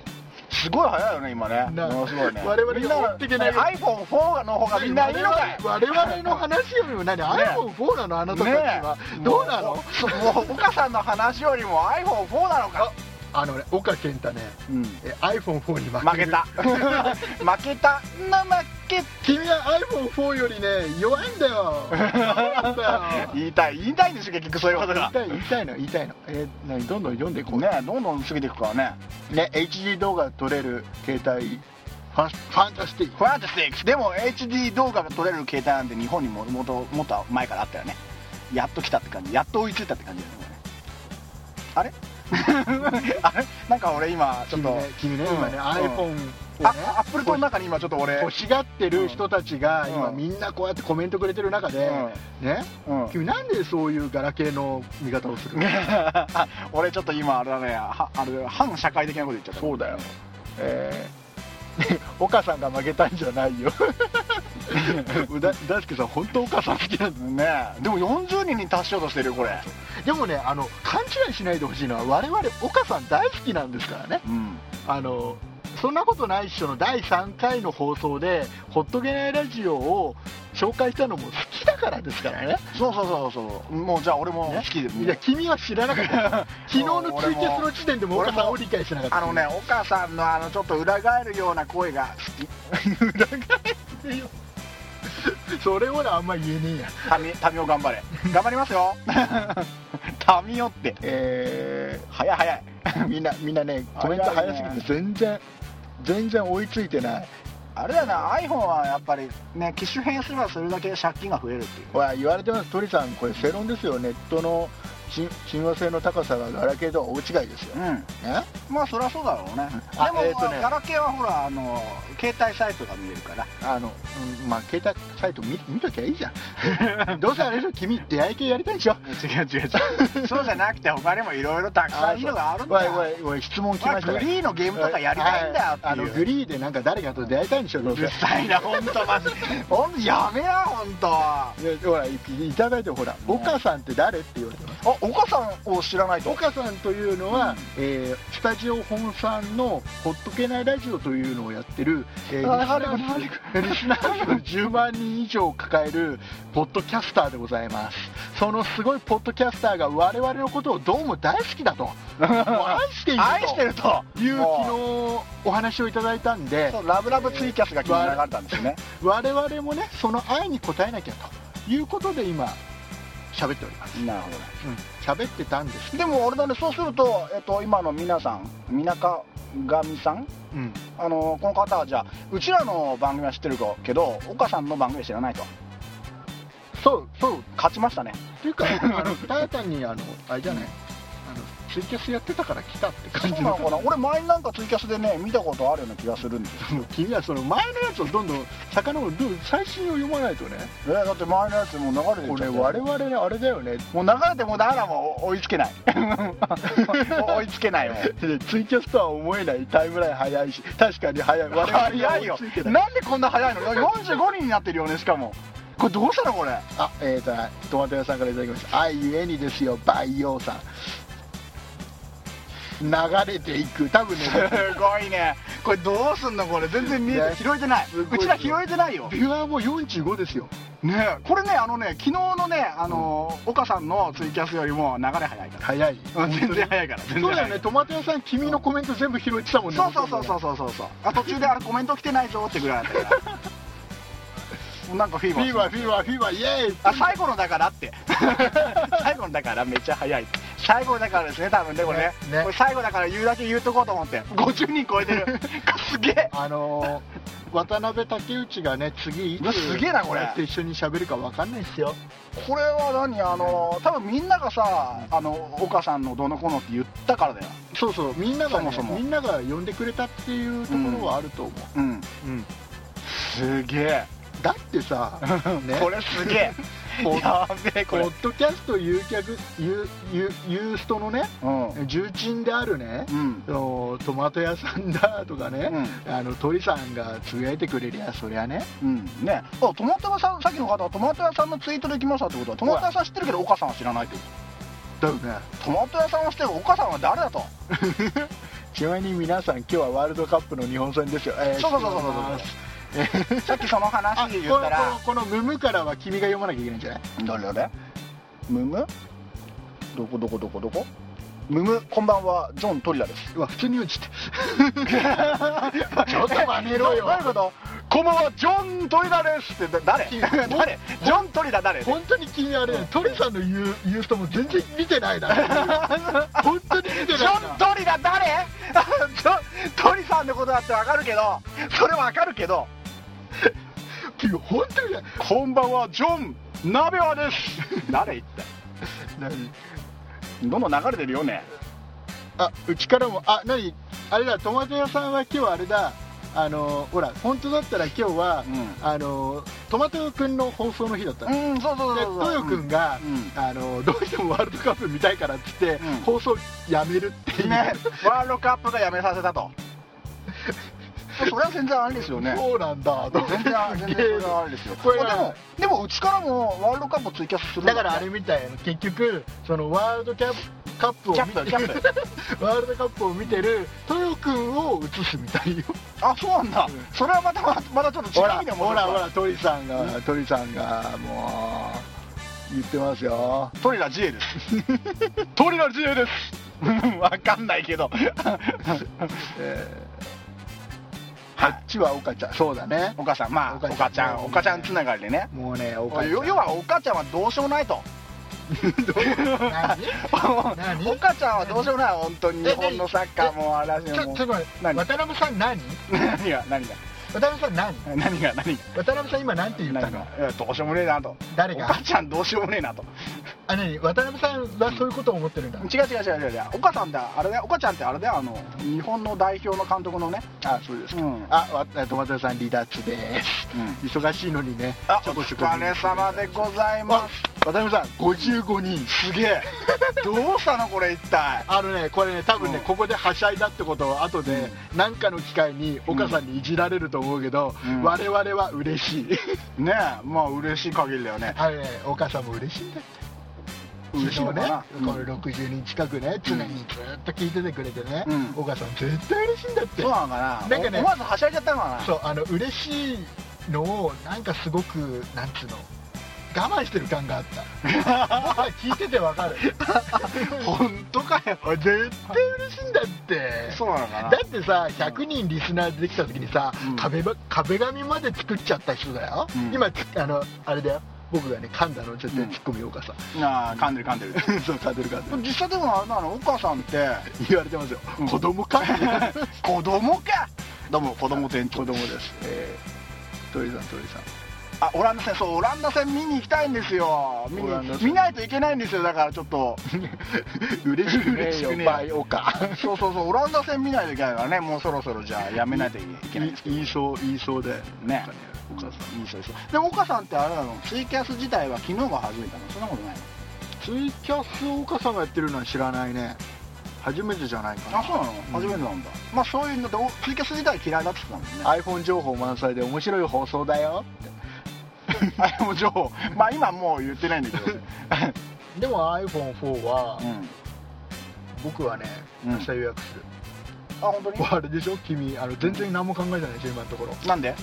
Speaker 1: すごい早いよね今ね
Speaker 2: な
Speaker 1: ものすごいね
Speaker 2: 我々が
Speaker 1: みんな
Speaker 2: 追っていけないよ
Speaker 1: iPhone4 の方がみんないいのかい
Speaker 2: 我々我々の話よりも何、iPhone4 なのあなたたちは、
Speaker 1: ね
Speaker 2: どうなの
Speaker 1: もうもう岡さんの話よりも iPhone4 なのか
Speaker 2: あのね岡健太ね
Speaker 1: うん
Speaker 2: え iPhone4 に負け
Speaker 1: 負
Speaker 2: る
Speaker 1: け *laughs* た負けたな負け
Speaker 2: 君は iPhone4 よりね弱いんだ *laughs* よ弱いんだ
Speaker 1: *laughs*
Speaker 2: よ
Speaker 1: 言いたい言いたいんですよ結局そういうこと
Speaker 2: 言い
Speaker 1: が
Speaker 2: たい言いたいの言いたいのえー何どんどん読んでいこう
Speaker 1: ねどんどん過ぎていくからね
Speaker 2: ね HD 動画撮れる携帯ファンファンタスティック
Speaker 1: ファンタスティックスでも HD 動画が撮れる携帯なんて日本にももともっと前からあったよねやっと来たって感じやっと追いついたって感じだよねあれ *laughs* あれなんか俺今ちょっ
Speaker 2: 君
Speaker 1: と、
Speaker 2: ね君ね今ね、
Speaker 1: うん
Speaker 2: iPhone をね
Speaker 1: あアップルとの中に今ちょっと俺、
Speaker 2: 欲しがってる人たちが
Speaker 1: うん
Speaker 2: 今みんなこうやってコメントくれてる中で、ね
Speaker 1: うん、
Speaker 2: 君なんでそういうガラケーの見方をするの
Speaker 1: あ *laughs* 俺ちょっと今あれだねはあれ反社会的なこと言っちゃった
Speaker 2: そうだよ
Speaker 1: えー岡さんが負けたんじゃな
Speaker 2: *laughs*
Speaker 1: いよだ大輔さん本当岡さん好きなんです *laughs* ねでも40人に達しようとしてるよこれ
Speaker 2: でもねあの勘違いしないでほしいのは我々岡さん大好きなんですからね
Speaker 1: うん
Speaker 2: あのそんなことないっしょの第3回の放送で「ほっとけないラジオ」を紹介したのも好きだからですからね
Speaker 1: そうそうそうそうもうじゃあ俺も好きで、
Speaker 2: いや君は知らなかった
Speaker 1: *laughs*
Speaker 2: 昨日のツイキャスの時点でも岡さ
Speaker 1: 俺
Speaker 2: ん
Speaker 1: も
Speaker 2: を理解してなかった
Speaker 1: *laughs* あのね岡さんのあのちょっと裏返るような声が好き裏返
Speaker 2: *laughs* それ俺あんま言えねえや
Speaker 1: 民民を
Speaker 2: *laughs*
Speaker 1: 頑張れ頑張りますよ *laughs* 民をって
Speaker 2: え
Speaker 1: 早い早い
Speaker 2: ー、 *laughs* みんなみんなね
Speaker 1: コメント早すぎて
Speaker 2: 全然全然追いついてない
Speaker 1: あれだよな iPhone はやっぱりね機種変すればそれだけ借金が増えるっていう
Speaker 2: わ言われてます鳥さんこれ正論ですよネットの信信用性の高さがガラケーとは大違いですよ、ね、
Speaker 1: うんまあそりゃそうだろうね
Speaker 2: あ
Speaker 1: でも、
Speaker 2: えーとね
Speaker 1: ガラケーはほらあの携帯サイトが見えるから
Speaker 2: あの、うんまあ携帯サイト見見ときゃいいじゃん *laughs* どうせあれでしょ君出会い系やりたいでしょ
Speaker 1: 違う違う違う *laughs* そうじゃなくて他にもいろいろたくさんいいのがあるんだよ
Speaker 2: おいおいおい質問来ましたね
Speaker 1: 俺はグリーのゲームとかやりたいんだよっていう
Speaker 2: あのグリーでなんか誰かと出会いたいんでしょどう
Speaker 1: う
Speaker 2: せ
Speaker 1: るさいな本当マジほんとやめな本当あ
Speaker 2: いやほらいいただいてほら「岡さんって誰?」って言われてます
Speaker 1: 岡さんを知らないと
Speaker 2: 岡さんというのは、えースタジオ本さんの「ほっとけないラジオ」というのをやってる、えーリス
Speaker 1: あ
Speaker 2: ナー数リスナー数10万人以上を抱えるポッドキャスターでございますそのすごいポッドキャスターが我々のことをどうも大好きだともう愛していると
Speaker 1: 愛してると
Speaker 2: いう昨
Speaker 1: もう
Speaker 2: 日お話をいただいたんで
Speaker 1: そうラブラブツイキャスが昨日流れたんですね
Speaker 2: 我々もねその愛に応えなきゃということで今喋っております
Speaker 1: なるほど
Speaker 2: 喋ってたんです
Speaker 1: でも俺だねそうすると、えっと、今の皆さん皆かがみさん
Speaker 2: うん
Speaker 1: あのこの方はじゃあうちらの番組は知ってるけど岡さんの番組は知らないと
Speaker 2: そうそう
Speaker 1: 勝ちましたね
Speaker 2: っていうかあのただ単にあのあれじゃない、あのツイキャスやってたから来たって
Speaker 1: そ
Speaker 2: 感
Speaker 1: う
Speaker 2: じ
Speaker 1: な
Speaker 2: の
Speaker 1: の
Speaker 2: *laughs*
Speaker 1: かな俺前になんかツイキャスでね見たことあるような気がするんですよ
Speaker 2: 君はその前のやつをどんどん遡るどんどん最新を読まないとね
Speaker 1: えだって前のやつもう流れて
Speaker 2: こ
Speaker 1: っち
Speaker 2: れ
Speaker 1: ゃって
Speaker 2: 我々ねあれだよね
Speaker 1: もう流れてもうだからもう追いつけ *laughs* ない追いつけないもう
Speaker 2: ツイキャスとは思えないタイムライン早いし確かに早い我々は
Speaker 1: 早いよ
Speaker 2: 追つてない
Speaker 1: なんでこんな早いの45人になってるよねしかもこれどうしたのこれ
Speaker 2: あえっ、ー、とトマト屋さんからいただきました「愛ゆえにですよ培養さん」流れていく多分ね
Speaker 1: す
Speaker 2: *laughs*
Speaker 1: ごいねこれどうすんのこれ全然見え
Speaker 2: ね
Speaker 1: て拾えてない
Speaker 2: すごいう
Speaker 1: ちら拾えてないよ
Speaker 2: ビュアーも45ですよ
Speaker 1: ねこれねあのね昨日のねあの、岡さんのツイキャスよりも流れ早いか
Speaker 2: 早い
Speaker 1: ら全然早いから全然
Speaker 2: そうだ
Speaker 1: 早
Speaker 2: よ
Speaker 1: い
Speaker 2: ねトマト屋さん君のコメント全部拾ってたもんね
Speaker 1: そうそうそうそうそうそうそうあ途中であれコメント来てないぞってぐらいだったからもうなんかフィー
Speaker 2: フ
Speaker 1: バー
Speaker 2: ィーバーフィーバーフィーバーイエーイ
Speaker 1: あ最後のだからって *laughs* 最後のだからめっちゃ早い最後だからですね多分ねこれね
Speaker 2: ねね
Speaker 1: これ最後だから言うだけ言うとこうと思って50人超えてるすげえ
Speaker 2: あのー、渡辺竹内がね次いう
Speaker 1: わ
Speaker 2: つ
Speaker 1: すげえなこれ
Speaker 2: やって一緒に喋るか分かんないっすよ
Speaker 1: これは何あの多分みんながさあの岡さんのどのこのって言ったからだよ
Speaker 2: そうそうみんなが、ね、
Speaker 1: そもそも
Speaker 2: みんなが呼んでくれたっていうところはあると思う、
Speaker 1: うん
Speaker 2: うん
Speaker 1: すげえ
Speaker 2: だってさ、
Speaker 1: *laughs*
Speaker 2: ね、
Speaker 1: これすげえ
Speaker 2: こ
Speaker 1: やべえ *laughs* こ
Speaker 2: ポ
Speaker 1: れ
Speaker 2: ッドキャスト有客ユユユーストのね
Speaker 1: うん
Speaker 2: 重鎮であるね、
Speaker 1: うん
Speaker 2: そのトマト屋さんだとかね、
Speaker 1: う
Speaker 2: あの鳥さんがつぶやいてくれりゃそりゃね
Speaker 1: うんねあトマト屋さんさっきの方はトマト屋さんのツイートで来ましたってことはトマト屋さん知ってるけど岡さんは知らないってこ
Speaker 2: だよね
Speaker 1: とトマト屋さんを知ってる岡さんは
Speaker 2: *laughs*
Speaker 1: 誰だと
Speaker 2: ちなみに皆さん今日はワールドカップの日本戦ですよ、えー
Speaker 1: そうそうそうそうそうさっきその
Speaker 2: あ
Speaker 1: 話
Speaker 2: この
Speaker 1: で言ったら
Speaker 2: このこのムムからは君が読まなきゃいけないんじゃない
Speaker 1: どれどれムムどこどこどこどこムムこんばんはジョン・トリラです
Speaker 2: うわ普通に落ちて
Speaker 1: ちょ
Speaker 2: っと真似ろよ
Speaker 1: どういうことこんばんはジョン・トリラですってだ誰 *laughs* 誰ジョン・トリラ誰
Speaker 2: 本当に君あれ、トリさんの言う言う人も全然見てないな本当に見てない
Speaker 1: ジョン・
Speaker 2: な
Speaker 1: トリラ誰 *laughs* ジョントリさんのことだってわかるけどそれわかるけど
Speaker 2: 君本当に
Speaker 1: こんばんはジョン・鍋はです誰一体どんどん流れてるよね
Speaker 2: あうちからもあ何あれだトマト屋さんは今日あれだあのほら本当だったら今日は、
Speaker 1: う
Speaker 2: あのトマトよくんの放送の日だったの、
Speaker 1: うんそうそう
Speaker 2: で
Speaker 1: そう
Speaker 2: ト
Speaker 1: そう
Speaker 2: ヨくんが、
Speaker 1: うん
Speaker 2: あのどうしてもワールドカップ見たいからっつって、
Speaker 1: うん
Speaker 2: 放送やめるっていう、
Speaker 1: ね、ワールドカップがやめさせたとそれは全然あれですよね
Speaker 2: *laughs* そうなんだと思って
Speaker 1: 全然全然それはあれですよ
Speaker 2: これ
Speaker 1: まあでもでもうちからもワールドカップツイキャスするん
Speaker 2: だ
Speaker 1: だ
Speaker 2: からあれみたいな結局そのワールドキャップカップを
Speaker 1: キャップキャッ
Speaker 2: プワールドカップを見てる豊君を映すみた
Speaker 1: *laughs*
Speaker 2: いよ
Speaker 1: あそうなんだ、それはまたまたちょっと違
Speaker 2: ほ
Speaker 1: う
Speaker 2: ら
Speaker 1: 意味でも
Speaker 2: ほらほら鳥さんが鳥さんがもう言ってますよ
Speaker 1: トリラ J ですトリラ J ですわかんないけど
Speaker 2: あっちは岡ちゃんそうだね
Speaker 1: お母さんまあ
Speaker 2: お母
Speaker 1: お
Speaker 2: さん
Speaker 1: 母ちゃんお母ちゃんつながりでね
Speaker 2: もうね岡ちゃん
Speaker 1: 要要はお母ちゃんはどうしようもな
Speaker 2: *laughs*
Speaker 1: いと *laughs*
Speaker 2: 何何
Speaker 1: お母ちゃんはどうしようもない本当に日本のサッカーも嵐
Speaker 2: ちょ
Speaker 1: も
Speaker 2: ちょっと待って
Speaker 1: 何
Speaker 2: 渡辺さん何
Speaker 1: 何が何が
Speaker 2: 渡辺さん何
Speaker 1: 何が何が
Speaker 2: 渡辺さん今何て言った
Speaker 1: 何
Speaker 2: の
Speaker 1: がいやどうしようもねえなと
Speaker 2: 誰が
Speaker 1: お母ちゃんどうしようもねえなと
Speaker 2: あ何渡辺さんはそういうことを思ってるんだ
Speaker 1: 違う違う違う違う違うお母さんってあれだよお母ちゃんってあれだよあの日本の代表の監督のね
Speaker 2: あそうですか、
Speaker 1: うん
Speaker 2: あわトマト屋さん離脱です、忙しいのにね
Speaker 1: あ
Speaker 2: ち
Speaker 1: お
Speaker 2: ょこちょこ
Speaker 1: 疲れ様でございま
Speaker 2: あ
Speaker 1: す
Speaker 2: 渡辺さん55人
Speaker 1: すげえどうしたのこれ一体
Speaker 2: あのねこれね多分ね、
Speaker 1: うん
Speaker 2: ここではしゃいだってことを後で何かの機会に岡さんにいじられると思うけど、
Speaker 1: うん
Speaker 2: 我々は嬉しい
Speaker 1: ねえまあ嬉しい限りだよね
Speaker 2: あのね岡さんも嬉しいんだって
Speaker 1: 嬉しいのかな
Speaker 2: 昨日ね、この60人近くね常にずっと聞いててくれてね、
Speaker 1: うん
Speaker 2: 岡さん絶対嬉しいんだって、
Speaker 1: そうなのかな
Speaker 2: なんかね
Speaker 1: お思わずはしゃいじゃったのか
Speaker 2: そうあの嬉しいのをなんかすごくなんつうの我慢してる感があった *laughs* 僕は聞いててわかる
Speaker 1: な本当かよ
Speaker 2: 絶対嬉しいんだって
Speaker 1: そうなのかな
Speaker 2: だってさ100人リスナーできた時にさ、
Speaker 1: うん
Speaker 2: 壁ば壁紙まで作っちゃった人だよ、
Speaker 1: うん
Speaker 2: 今つあのあれだよ僕がね噛んだの絶対ツッコミようかさ、
Speaker 1: なあ噛んでる噛んでる
Speaker 2: *laughs* そう噛んでる噛んでる
Speaker 1: 実際でもあれなのお母さんって
Speaker 2: 言われてますよ、
Speaker 1: うん
Speaker 2: 子供か
Speaker 1: *laughs* 子供かどうも子供店
Speaker 2: 子
Speaker 1: 長
Speaker 2: 供ですえー鳥さん鳥さん
Speaker 1: あオランダ戦そうオランダ戦見に行きたいんですよ見に
Speaker 2: オランダ戦
Speaker 1: 見ないといけないんですよだからちょっと
Speaker 2: *laughs* 嬉しくね
Speaker 1: 嬉
Speaker 2: え
Speaker 1: しく
Speaker 2: よ
Speaker 1: ねえよ
Speaker 2: バイオカ
Speaker 1: そうそうそうオランダ戦見ないといけないからねもうそろそろじゃあやめないといけないですけど
Speaker 2: 言いそう言いそうで
Speaker 1: ね
Speaker 2: お母さん
Speaker 1: いいそうですでも岡さんってあれなのツイキャス自体は昨日が初めてなのそんなことないの
Speaker 2: ツイキャスを岡さんがやってるのは知らないね初めてじゃないか
Speaker 1: あ
Speaker 2: な
Speaker 1: そうなの、初めてなんだまあそういうのでおツイキャス自体嫌いだって言ってたもんね
Speaker 2: iPhone 情報満載で面白い放送だよ
Speaker 1: *laughs* あれも情報まあ今もう言ってないんだけど、
Speaker 2: でも iPhone4 は、
Speaker 1: うん、
Speaker 2: 僕はね
Speaker 1: うん
Speaker 2: 明日予約する、
Speaker 1: あ本当に
Speaker 2: もうあれでしょ君あの全然何も考えてないでしょ今のところ
Speaker 1: なんで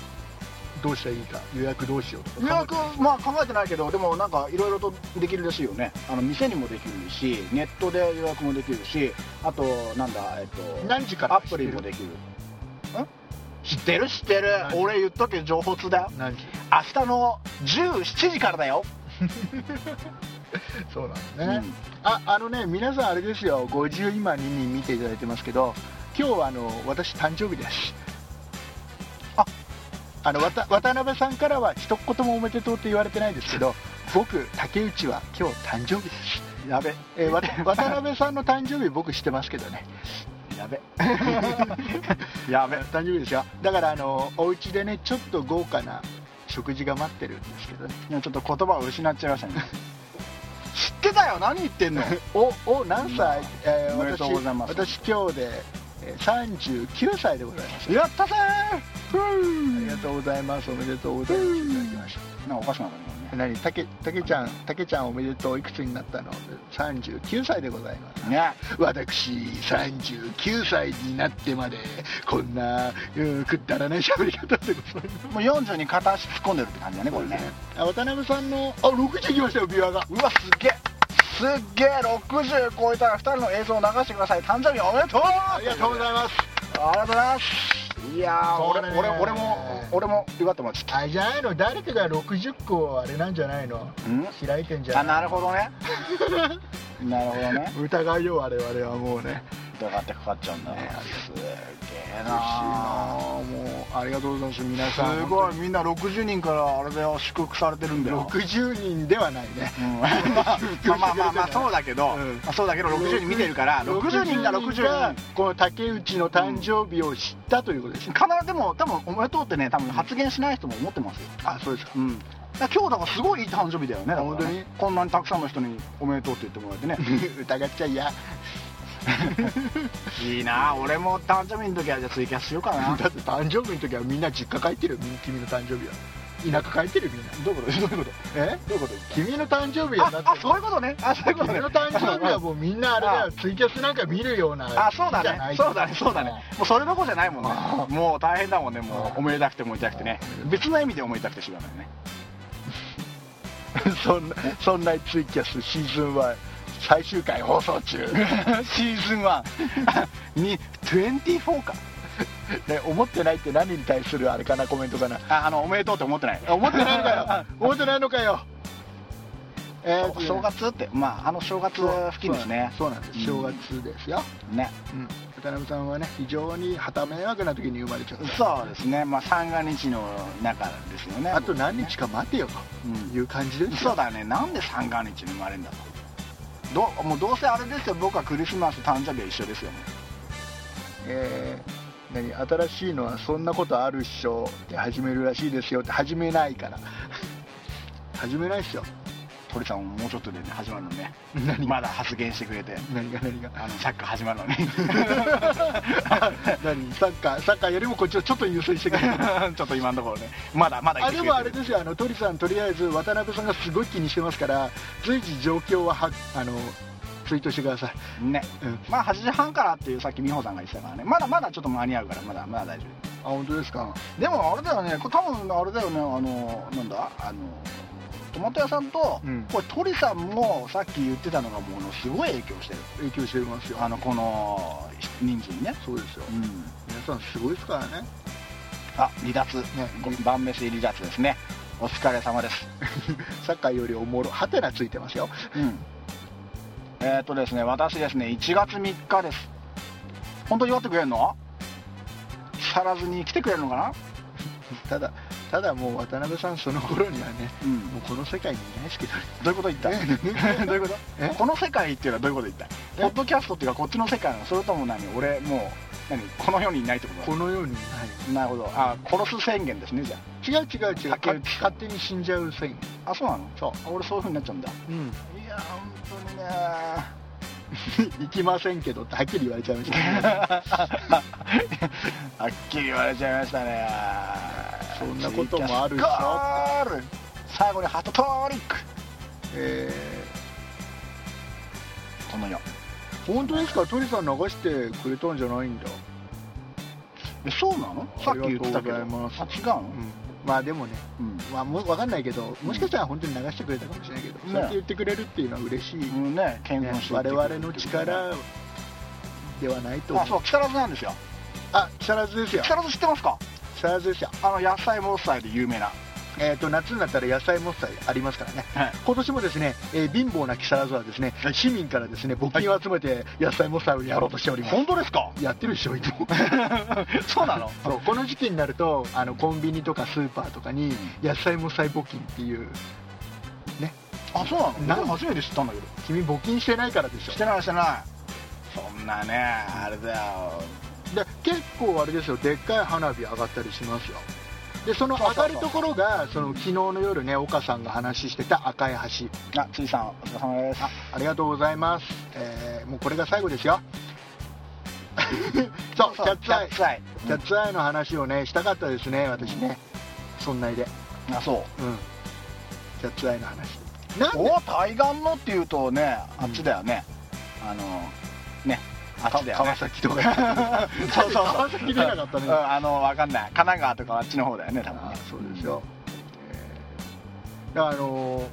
Speaker 2: どうしたらいいか予約どうしようとか
Speaker 1: 予約まあ考えてないけどでもなんかいろいろとできるらしいよねあの店にもできるしネットで予約もできるしあとなんだえっと
Speaker 2: 何時から
Speaker 1: アプリもできるん知ってる知ってる
Speaker 2: 何
Speaker 1: 俺言っとけ情報通だよ
Speaker 2: 何時
Speaker 1: 明日の17時からだよ、
Speaker 2: そうなんだ
Speaker 1: う
Speaker 2: ね、ああのね皆さんあれですよ50今2人見ていただいてますけど今日はあの私誕生日です
Speaker 1: あ
Speaker 2: あのわた渡辺さんからは一言もおめでとうって言われてないですけど僕竹内は今日誕生日です、
Speaker 1: やべ
Speaker 2: えーわ *laughs* た渡辺さんの誕生日僕してますけどね
Speaker 1: やべやべ
Speaker 2: 誕生日ですよだからあのお家でねちょっと豪華な食事が待ってるんですけどね
Speaker 1: 今ちょっと言葉を失っちゃいましたね *laughs* 知ってたよ何言ってんの
Speaker 2: おお何歳、えー
Speaker 1: おめでとうございます
Speaker 2: 私私今日でえー39歳でございます
Speaker 1: やったぜ
Speaker 2: ありがとうございますおめでとうございますいただきました
Speaker 1: ーなんかおかしくなったね
Speaker 2: 何たけたけちゃんたけちゃんおめでとういくつになったの39歳でございます
Speaker 1: 今ね
Speaker 2: 私39歳になってまでこんな、うんくだらない喋り方でございます
Speaker 1: もう40に片足突っ込んでるって感じだねこれね
Speaker 2: あ渡辺さんのあ6時来ましたよビワが
Speaker 1: うわすげえすっげえ60超えたら2人の映像を流してください誕生日おめでとう
Speaker 2: ありがとうございます
Speaker 1: ありがとうございますいやー
Speaker 2: これ
Speaker 1: 俺
Speaker 2: ね
Speaker 1: 俺俺も俺もよかったもんちょっ
Speaker 2: あれじゃないの誰かが60個あれなんじゃないの
Speaker 1: とん
Speaker 2: 開いてんじ
Speaker 1: あ
Speaker 2: ゃない
Speaker 1: なるほどね *laughs* なるほどね
Speaker 2: 疑いよ我々はもうね
Speaker 1: どうやってかかっちゃうんだねすげえ
Speaker 2: 嬉しいな
Speaker 1: な
Speaker 2: あもうありがとうございます皆さん
Speaker 1: すごいみんな60人からあれだよ祝福されてるんだよ、
Speaker 2: 60人ではないね
Speaker 1: うん *laughs* まあまあまあまあそうだけど、
Speaker 2: うん
Speaker 1: まあそうだけど60人見てるから60人が60
Speaker 2: 60人
Speaker 1: 人
Speaker 2: がこの竹内の誕生日を知ったということですね、
Speaker 1: 必ずでも多分おめでとうってね多分発言しない人も思ってますよ、
Speaker 2: あそうですか
Speaker 1: うん、だから今日だからすごいいい誕生日だよねだからね
Speaker 2: 本当に
Speaker 1: こんなにたくさんの人におめでとうって言ってもらえてね
Speaker 2: 疑っちゃいや
Speaker 1: いいな俺も誕生日の時はじゃあツイキャスしようかな
Speaker 2: だって誕生日の時はみんな実家帰ってるよ君の誕生日は田舎帰ってるよみんな
Speaker 1: *laughs* どういうことどういうこと
Speaker 2: え
Speaker 1: どういうこと言った
Speaker 2: 君の誕生日はだって
Speaker 1: ああそういうことねあそういうこと
Speaker 2: 君
Speaker 1: ね
Speaker 2: の誕生日はもうみんなあれだよ
Speaker 1: あ
Speaker 2: ツイキャスなんか見るような
Speaker 1: *laughs* あそうだ
Speaker 2: じゃな
Speaker 1: ね
Speaker 2: い
Speaker 1: そうだねそうだねもうそれどころじゃないもんねもう大変だもんねもうおめでたくてもめでたくてね別の意味でおめでたくてしまうないね
Speaker 2: そんなそんなツイキャスシーズン1最終回放送中
Speaker 1: *laughs* シーズン1に24か
Speaker 2: ね思ってないって何に対するあれかなコメント
Speaker 1: *laughs*
Speaker 2: かな
Speaker 1: ああのおめでとうって思ってない
Speaker 2: 思ってないのかよ思ってないのかよえ
Speaker 1: お正月ってまああの正月付近ですね
Speaker 2: そうなんです
Speaker 1: う
Speaker 2: 正
Speaker 1: ん
Speaker 2: 月ですよ、
Speaker 1: ね
Speaker 2: うん渡辺さんはね非常にはた迷惑な時に生まれちゃった
Speaker 1: そうですねまあ三が日の中ですよね
Speaker 2: あと何日か待てよ
Speaker 1: うん
Speaker 2: という感じですよ
Speaker 1: そうだねなんで三が日に生まれるんだとどうもうどうせあれですよ僕はクリスマス誕生日は一緒ですよ
Speaker 2: えー何新しいのはそんなことあるっしょって始めるらしいですよって始めないから *laughs* 始めないっす *laughs* よ
Speaker 1: 鳥さんももうちょっとで、ね、始まるのねまだ発言してくれて
Speaker 2: 何が何が *laughs*
Speaker 1: あのサッカー始まるのね
Speaker 2: 何サッカーサッカーよりもこっちをちょっと優先して
Speaker 1: *laughs*
Speaker 2: くれる
Speaker 1: *laughs* ちょっと今のところねまだまだ言
Speaker 2: あ
Speaker 1: って
Speaker 2: で
Speaker 1: く
Speaker 2: もあれ
Speaker 1: れてる
Speaker 2: ですよあの鳥さんとりあえず渡辺さんがすごい気にしてますから随時状況ははあのツイートしてください
Speaker 1: ね、
Speaker 2: うん
Speaker 1: まあ8時半からっていうさっき美穂さんが言ってたからねまだまだちょっと間に合うからまだまだ大丈
Speaker 2: あ本当ですか
Speaker 1: 夫でもあれだよねこれ多分あれだよねあのなんだあのトマト屋さんと、
Speaker 2: うん
Speaker 1: これ鳥さんもさっき言ってたのがものすごい影響してる
Speaker 2: 影響してますよ
Speaker 1: あのこの人数にね、
Speaker 2: そうですよ
Speaker 1: うん、
Speaker 2: 皆さんすごいですからね
Speaker 1: あ離脱、晩飯離脱ですねお疲れ様です
Speaker 2: *laughs* サッカーよりおもろハテナついてますよ
Speaker 1: うんえっ、とですね私ですね1月3日です本当に祝ってくれるの木更津に来てくれるのかな
Speaker 2: ただただもう渡辺さんその頃にはね
Speaker 1: うん
Speaker 2: もうこの世界にいないですけどね
Speaker 1: どういうこと言った *laughs* どういうこと
Speaker 2: え
Speaker 1: この世界っていうのはどういうこと言った
Speaker 2: え
Speaker 1: ポッドキャストっていうかこっちの世界なのそれとも何俺もう何この世にいないってこと
Speaker 2: この世にいない
Speaker 1: なるほどあ殺す宣言ですねじゃ
Speaker 2: 違う違う違う
Speaker 1: 竹
Speaker 2: 勝
Speaker 1: 内
Speaker 2: 勝手に死んじゃうサイン
Speaker 1: ああそうなのそうあ俺そういうふうになっちゃうんだ
Speaker 2: うん
Speaker 1: いや本当 *laughs* にね
Speaker 2: *laughs* 行きませんけどってはっきり言われちゃいましたね
Speaker 1: はっきり言われちゃいましたね
Speaker 2: そんなこともあるでしょ
Speaker 1: ゴール最後にハットトリック
Speaker 2: え
Speaker 1: この世
Speaker 2: ー本当ですか鳥さん流してくれたんじゃないんだ、
Speaker 1: えそうなのさっき言ってたけど
Speaker 2: ありがとうございます
Speaker 1: あ違うの
Speaker 2: まあでもね、
Speaker 1: うん
Speaker 2: まあ、もう分かんないけどもしかしたら本当に流してくれたかもしれないけど、
Speaker 1: ね
Speaker 2: そうやって言ってくれるっていうのは嬉しい、ね
Speaker 1: うんね謙遜して言って
Speaker 2: 我
Speaker 1: くれる
Speaker 2: 々の力ではないと思
Speaker 1: あ
Speaker 2: う
Speaker 1: そう木更津なんですよ
Speaker 2: あ木更津ですよ
Speaker 1: 木更津知ってますか
Speaker 2: 木更津ですよ
Speaker 1: あの野菜もっさいで有名な
Speaker 2: えー、と夏になったら野菜もっさいありますからね、
Speaker 1: はい
Speaker 2: 今年もですね、えー貧乏な木更津はですね、市民からですね募金を集めて野菜もっさいをやろうとしております、
Speaker 1: 本当で
Speaker 2: *laughs*
Speaker 1: すか
Speaker 2: やってるでしょいつも
Speaker 1: そうなの
Speaker 2: そうこの時期になるとあのコンビニとかスーパーとかに野菜もっさい募金っていう
Speaker 1: あそう
Speaker 2: な
Speaker 1: なの
Speaker 2: ん
Speaker 1: 俺初めて知ったんだけど
Speaker 2: 君募金してないからでしょ
Speaker 1: してないしてないそんなねあれだよ
Speaker 2: で結構あれですよでっかい花火上がったりしますよでその
Speaker 1: そうそ
Speaker 2: 上
Speaker 1: うそう
Speaker 2: がるところがその昨日の夜ね岡さんが話してた赤い橋
Speaker 1: あついさんお疲れ様です
Speaker 2: あありがとうございます、えーもうこれが最後です *laughs* よそうキャッツアイ
Speaker 1: キャッツアイ
Speaker 2: キャッツアイの話をねしたかったですね私ねそんないで
Speaker 1: うんあそう
Speaker 2: うんキャッツアイの話なんで
Speaker 1: お対岸のっていうとねあっちだよね、あのねあっちだよね
Speaker 2: 川崎とか
Speaker 1: *laughs* そうそうそ
Speaker 2: *laughs*
Speaker 1: う
Speaker 2: 川崎出なかったね
Speaker 1: うんあのわかんない神奈川とかあっちの方だよね多分
Speaker 2: あ
Speaker 1: ね
Speaker 2: ーそうですよ、えーだからあのー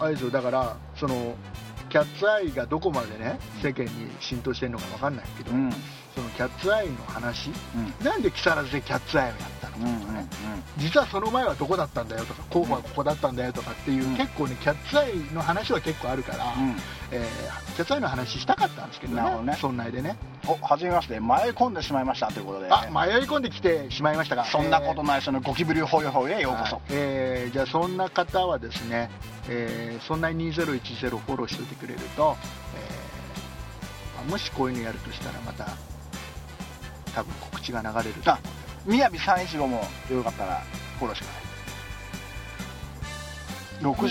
Speaker 2: あれですよだからそのキャッツアイがどこまでね世間に浸透してるのか分かんないけど、
Speaker 5: うん
Speaker 2: そのキャッツアイの話、
Speaker 5: う
Speaker 2: なんで木更津でキャッツアイをやったの
Speaker 5: うんうんうん
Speaker 2: 実はその前はどこだったんだよとか候補はここだったんだよとかっていう、
Speaker 5: うん
Speaker 2: 結構ねキャッツアイの話は結構あるから、えーキャッツアイの話したかったんですけどね
Speaker 5: なるほどね
Speaker 2: そんないでね
Speaker 5: お初めまして迷い込んでしまいましたということで
Speaker 2: あ迷い込んできてしまいましたが
Speaker 5: そんなことないそのゴキブリホイホイへようこ
Speaker 2: はい
Speaker 5: そ
Speaker 2: えーじゃあそんな方はですね、えーそんな2010フォローしておいてくれると、えーもしこういうのやるとしたらまた多分告知が流れると思
Speaker 5: みやび315もよかったらフォローしてく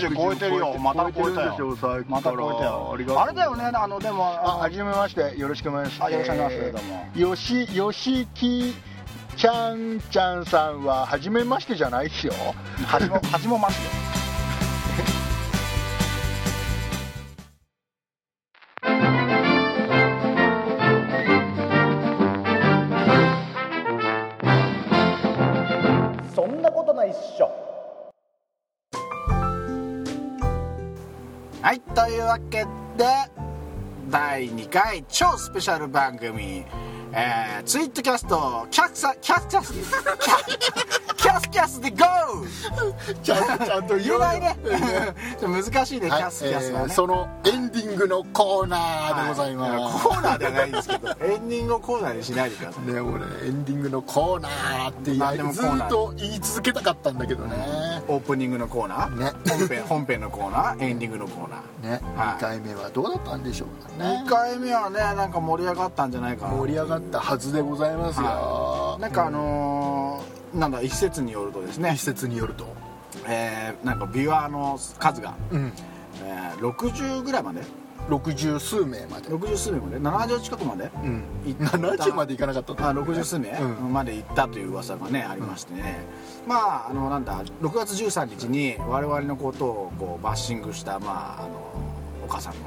Speaker 5: ださい60超えてるよまた超えたよまた超えたよ
Speaker 2: ありがとう
Speaker 5: あれだよねあのでも
Speaker 2: あ
Speaker 5: あ
Speaker 2: はじめましてよろしくお願いします
Speaker 5: あよろしくお願いしますどうも
Speaker 2: よしよしきちゃんちゃんさんは初めましてじゃないっすよ
Speaker 5: 端も端もマジで
Speaker 6: そんなことないっしょ
Speaker 1: はいというわけで第2回超スペシャル番組「えー、ツイットキャストキャッサキャッキャスキャキャスキャスで GO!」
Speaker 2: ちゃんちゃんと
Speaker 1: 言えないねちょっと難しいね、
Speaker 2: はい
Speaker 1: キャスキャスはね、
Speaker 2: えーそのエンディングのコーナーでございます、
Speaker 1: コーナーではないんですけどエンディングをコーナーにしないでください
Speaker 2: ね俺エンディングのコーナーって
Speaker 1: 何で
Speaker 2: 言い
Speaker 1: も
Speaker 2: ず
Speaker 1: コーナー
Speaker 2: っと言い続けたかったんだけどね
Speaker 1: オープニングのコーナー、
Speaker 2: ね
Speaker 1: 本編本編のコーナーエンディングのコーナ
Speaker 2: ね、
Speaker 1: ーはい
Speaker 2: 2回目はどうだったんでしょうかね
Speaker 1: 1回目はねなんか盛り上がったんじゃないかな
Speaker 2: 盛り上がったはずでございますよ、
Speaker 1: なんかあのーなんだ一説によるとですね
Speaker 2: 一、説によると
Speaker 1: えーなんかビュアーの数が、
Speaker 2: うん
Speaker 1: えー60ぐらいまで
Speaker 2: 60数名まで、
Speaker 1: 60数名まで70近くまで
Speaker 2: うん、
Speaker 1: 行った
Speaker 2: 70までいかなかったと
Speaker 1: あ60数名
Speaker 2: うん
Speaker 1: まで行ったという噂がねありましてね、まああのなんだ6月13日に我々のことをこうバッシングしたまああの岡さんの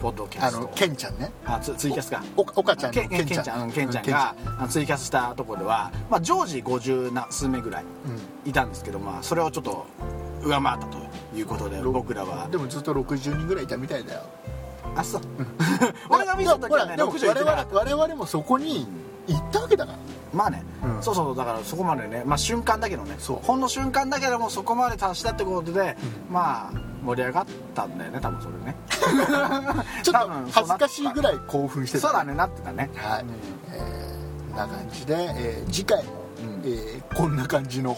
Speaker 1: ポッドキャ
Speaker 2: あ
Speaker 1: スト
Speaker 2: の
Speaker 1: を、
Speaker 2: ケンちゃんね
Speaker 1: あツツイキャスか
Speaker 2: お岡ちゃんの
Speaker 1: ケンケンちゃんケンちゃんがあのツイキャスしたところでは、まあ、常時50な数名ぐらいいたんですけど、まあ、それをちょっと上回ったということで
Speaker 2: ろ
Speaker 1: 僕らは
Speaker 2: でもずっと60人ぐらいいたみたいだよ
Speaker 1: あそう *laughs* 俺が見た時はね
Speaker 2: でもほ
Speaker 1: 60
Speaker 2: ら
Speaker 1: いて
Speaker 2: で
Speaker 1: な
Speaker 2: も
Speaker 1: か
Speaker 2: 我
Speaker 1: っ
Speaker 2: 々我々もそこに行ったわけだから
Speaker 1: たまあね、
Speaker 2: うん
Speaker 1: そうそうだからそこまでね、まあ、瞬間だけどね
Speaker 2: そう
Speaker 1: ほんの瞬間だけどもそこまで達したってことで、まあ盛り上がったんだよね多分それね
Speaker 2: *laughs* ちょ
Speaker 1: 多
Speaker 2: っ
Speaker 1: 分
Speaker 2: と
Speaker 1: そう
Speaker 2: 恥ず
Speaker 1: なってた
Speaker 2: かしいぐらい興奮してた
Speaker 1: そうだねなってたね
Speaker 2: はい、えーこんな感じで、えー次回も、えーこんな感じの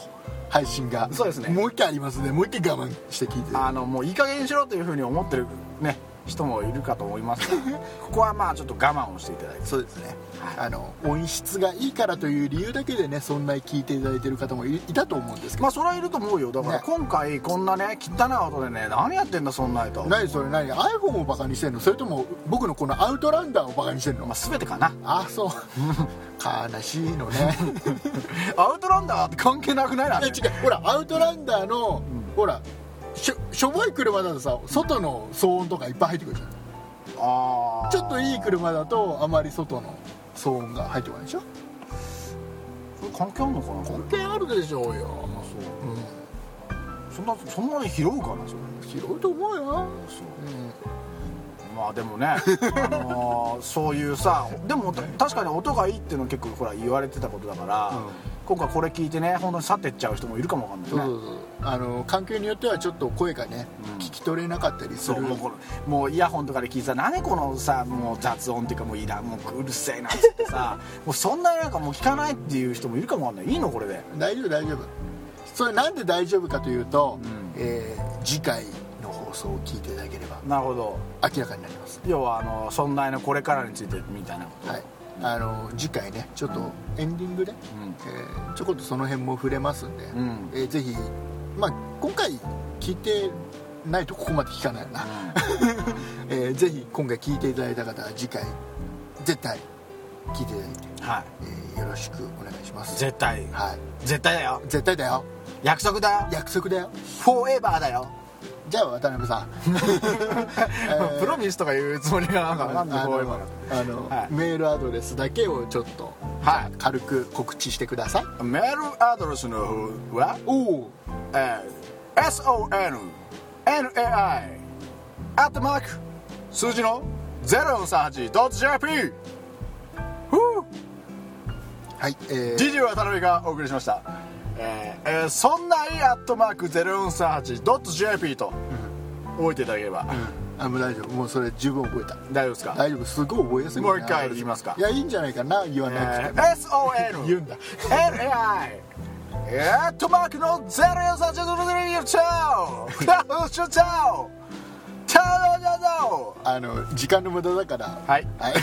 Speaker 2: 配信が
Speaker 1: そうですね
Speaker 2: もう一回ありますねもう一回我慢して聞いて
Speaker 1: あのもういい加減にしろというふうに思ってるね人もいるかと思いますが
Speaker 2: *laughs*
Speaker 1: ここはまあちょっと我慢をしていただいて
Speaker 2: そうですね
Speaker 1: はい
Speaker 2: あの音質がいいからという理由だけでねそんなに聞いていただいてる方もいいたと思うんですけ
Speaker 1: まあそれはいると思うよだから
Speaker 2: ね
Speaker 1: 今回こんなね汚い音でね何やってんだそんなと
Speaker 2: ど何それ何 iPhone をバカにしてんのそれとも僕のこのアウトランダーをバカにしてんの、
Speaker 1: まあ全てかな
Speaker 2: あそう *laughs* 悲しいのね *laughs*
Speaker 1: アウトランダーって関係なくないな
Speaker 2: え違うほらアウトランダーの、ほらしょしょぼい車だとさ外の騒音とかいっぱい入ってくるじゃん
Speaker 1: あ
Speaker 2: ちょっといい車だとあまり外の騒音が入ってこないでしょ
Speaker 1: と関係あるのかな
Speaker 2: 関係あるでしょうよ
Speaker 1: そんなそんなに拾うかなそれ
Speaker 2: 広いと思うよ
Speaker 1: まあでもね、あ *laughs* のーそういうさでもた確かに音がいいっていうの結構ほら言われてたことだから、今回これ聞いてね本当に去ってっちゃう人もいるかもわかんない
Speaker 2: そう
Speaker 1: ね
Speaker 2: そうそうあの環境によってはちょっと声がね、聞き取れなかったりす
Speaker 1: そ
Speaker 2: る
Speaker 1: うもうこれもうイヤホンとかで聞いてさ何このさもう雑音っていうかもういらんもううるせえなっつって *laughs* さもうそんななんかもう聞かないっていう人もいるかもわかんないいいのこれで
Speaker 2: 大丈夫大丈夫それなんで大丈夫かというと、えー次回の放送を聞いていただければ
Speaker 1: なるほど
Speaker 2: 明らかになります
Speaker 1: 要はあのそんなのこれからについてみたいなこと、
Speaker 2: はいあの次回ねちょっとエンディングで、えーちょこっとその辺も触れますんで、
Speaker 1: ん
Speaker 2: えーぜひ、まあ、今回聞いてないとここまで聞かないよな、 *laughs* えーぜひ今回聞いていただいた方は次回絶対聞いていただいて、
Speaker 1: はい、
Speaker 2: えーよろしくお願いします
Speaker 1: 絶対
Speaker 2: はい
Speaker 1: 絶対だよ
Speaker 2: 絶対だよ
Speaker 1: 約束だよ
Speaker 2: 約束だよ
Speaker 1: フォーエバーだよ
Speaker 2: じゃあ渡辺さん
Speaker 1: プロミスとか言うつもりがなんかなんで
Speaker 2: あ
Speaker 1: こういう
Speaker 2: の
Speaker 1: の
Speaker 2: あの、
Speaker 1: はい
Speaker 2: メールアドレスだけをちょっと
Speaker 1: は
Speaker 2: 軽く告知してください
Speaker 1: いメールアドレスの方は、
Speaker 2: おお
Speaker 1: えー、SONNAI アットマーク数字の 0438.jp ふう
Speaker 2: はい、えー、
Speaker 1: DJ はたるみがお送りしました、えーえーそんないアットマーク 0438.jp と覚えていただければ、
Speaker 2: あもう大丈夫もうそれ十分覚えた
Speaker 1: 大丈夫ですか、
Speaker 2: 大丈夫すごい覚えやすい
Speaker 1: もう一回言いますか
Speaker 2: いやいいんじゃないかな言わ
Speaker 1: え
Speaker 2: なくて
Speaker 1: ー
Speaker 2: も、
Speaker 1: *laughs* SON
Speaker 2: 言うんだ
Speaker 1: LAI アットマークの 0438.jp フラフシュチャオチャオチャオチャオ
Speaker 2: あの時間の無駄だから
Speaker 1: はい *laughs*
Speaker 2: はい、
Speaker 1: はい、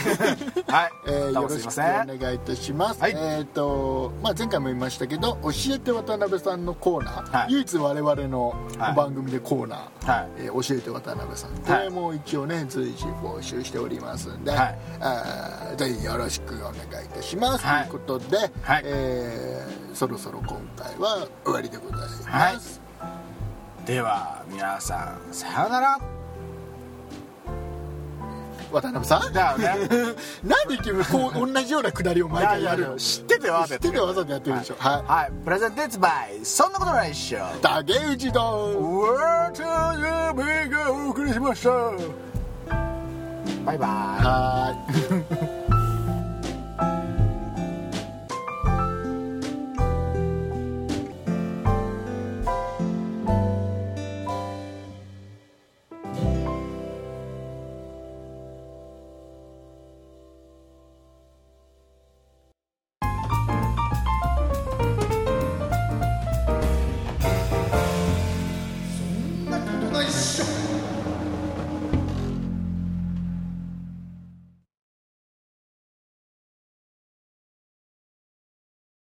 Speaker 2: えー
Speaker 1: ど
Speaker 2: よ
Speaker 1: うも
Speaker 2: ろ
Speaker 1: す
Speaker 2: しく
Speaker 1: いま
Speaker 2: お
Speaker 1: せん
Speaker 2: 願いいたします、
Speaker 1: はい
Speaker 2: えっ、と、まあ、前回も言いましたけど「教えて渡辺さん」のコーナー、
Speaker 1: はい
Speaker 2: 唯一我々の
Speaker 1: はい
Speaker 2: 番組でコーナー、
Speaker 1: はい
Speaker 2: えー教えて渡辺さんこ
Speaker 1: はい
Speaker 2: れも一応ね随時募集しておりますんで、
Speaker 1: はい
Speaker 2: あーぜひよろしくお願いいたします、
Speaker 1: はい
Speaker 2: ということで、
Speaker 1: はい
Speaker 2: えーそろそろ今回は終わりでございます、
Speaker 1: では皆さんさようなら
Speaker 2: 渡辺さん *laughs*
Speaker 1: だよね
Speaker 2: 何君こう同じようなくだりを毎回やるの
Speaker 1: 知っててわ
Speaker 2: 知っててわざとやってるでしょはい
Speaker 1: はい、プレゼンテッツバイそんなことないっしょ
Speaker 2: 竹内丼
Speaker 1: Where to you be がお送りしましたバイバイ
Speaker 2: はい
Speaker 7: そんなことないっしょ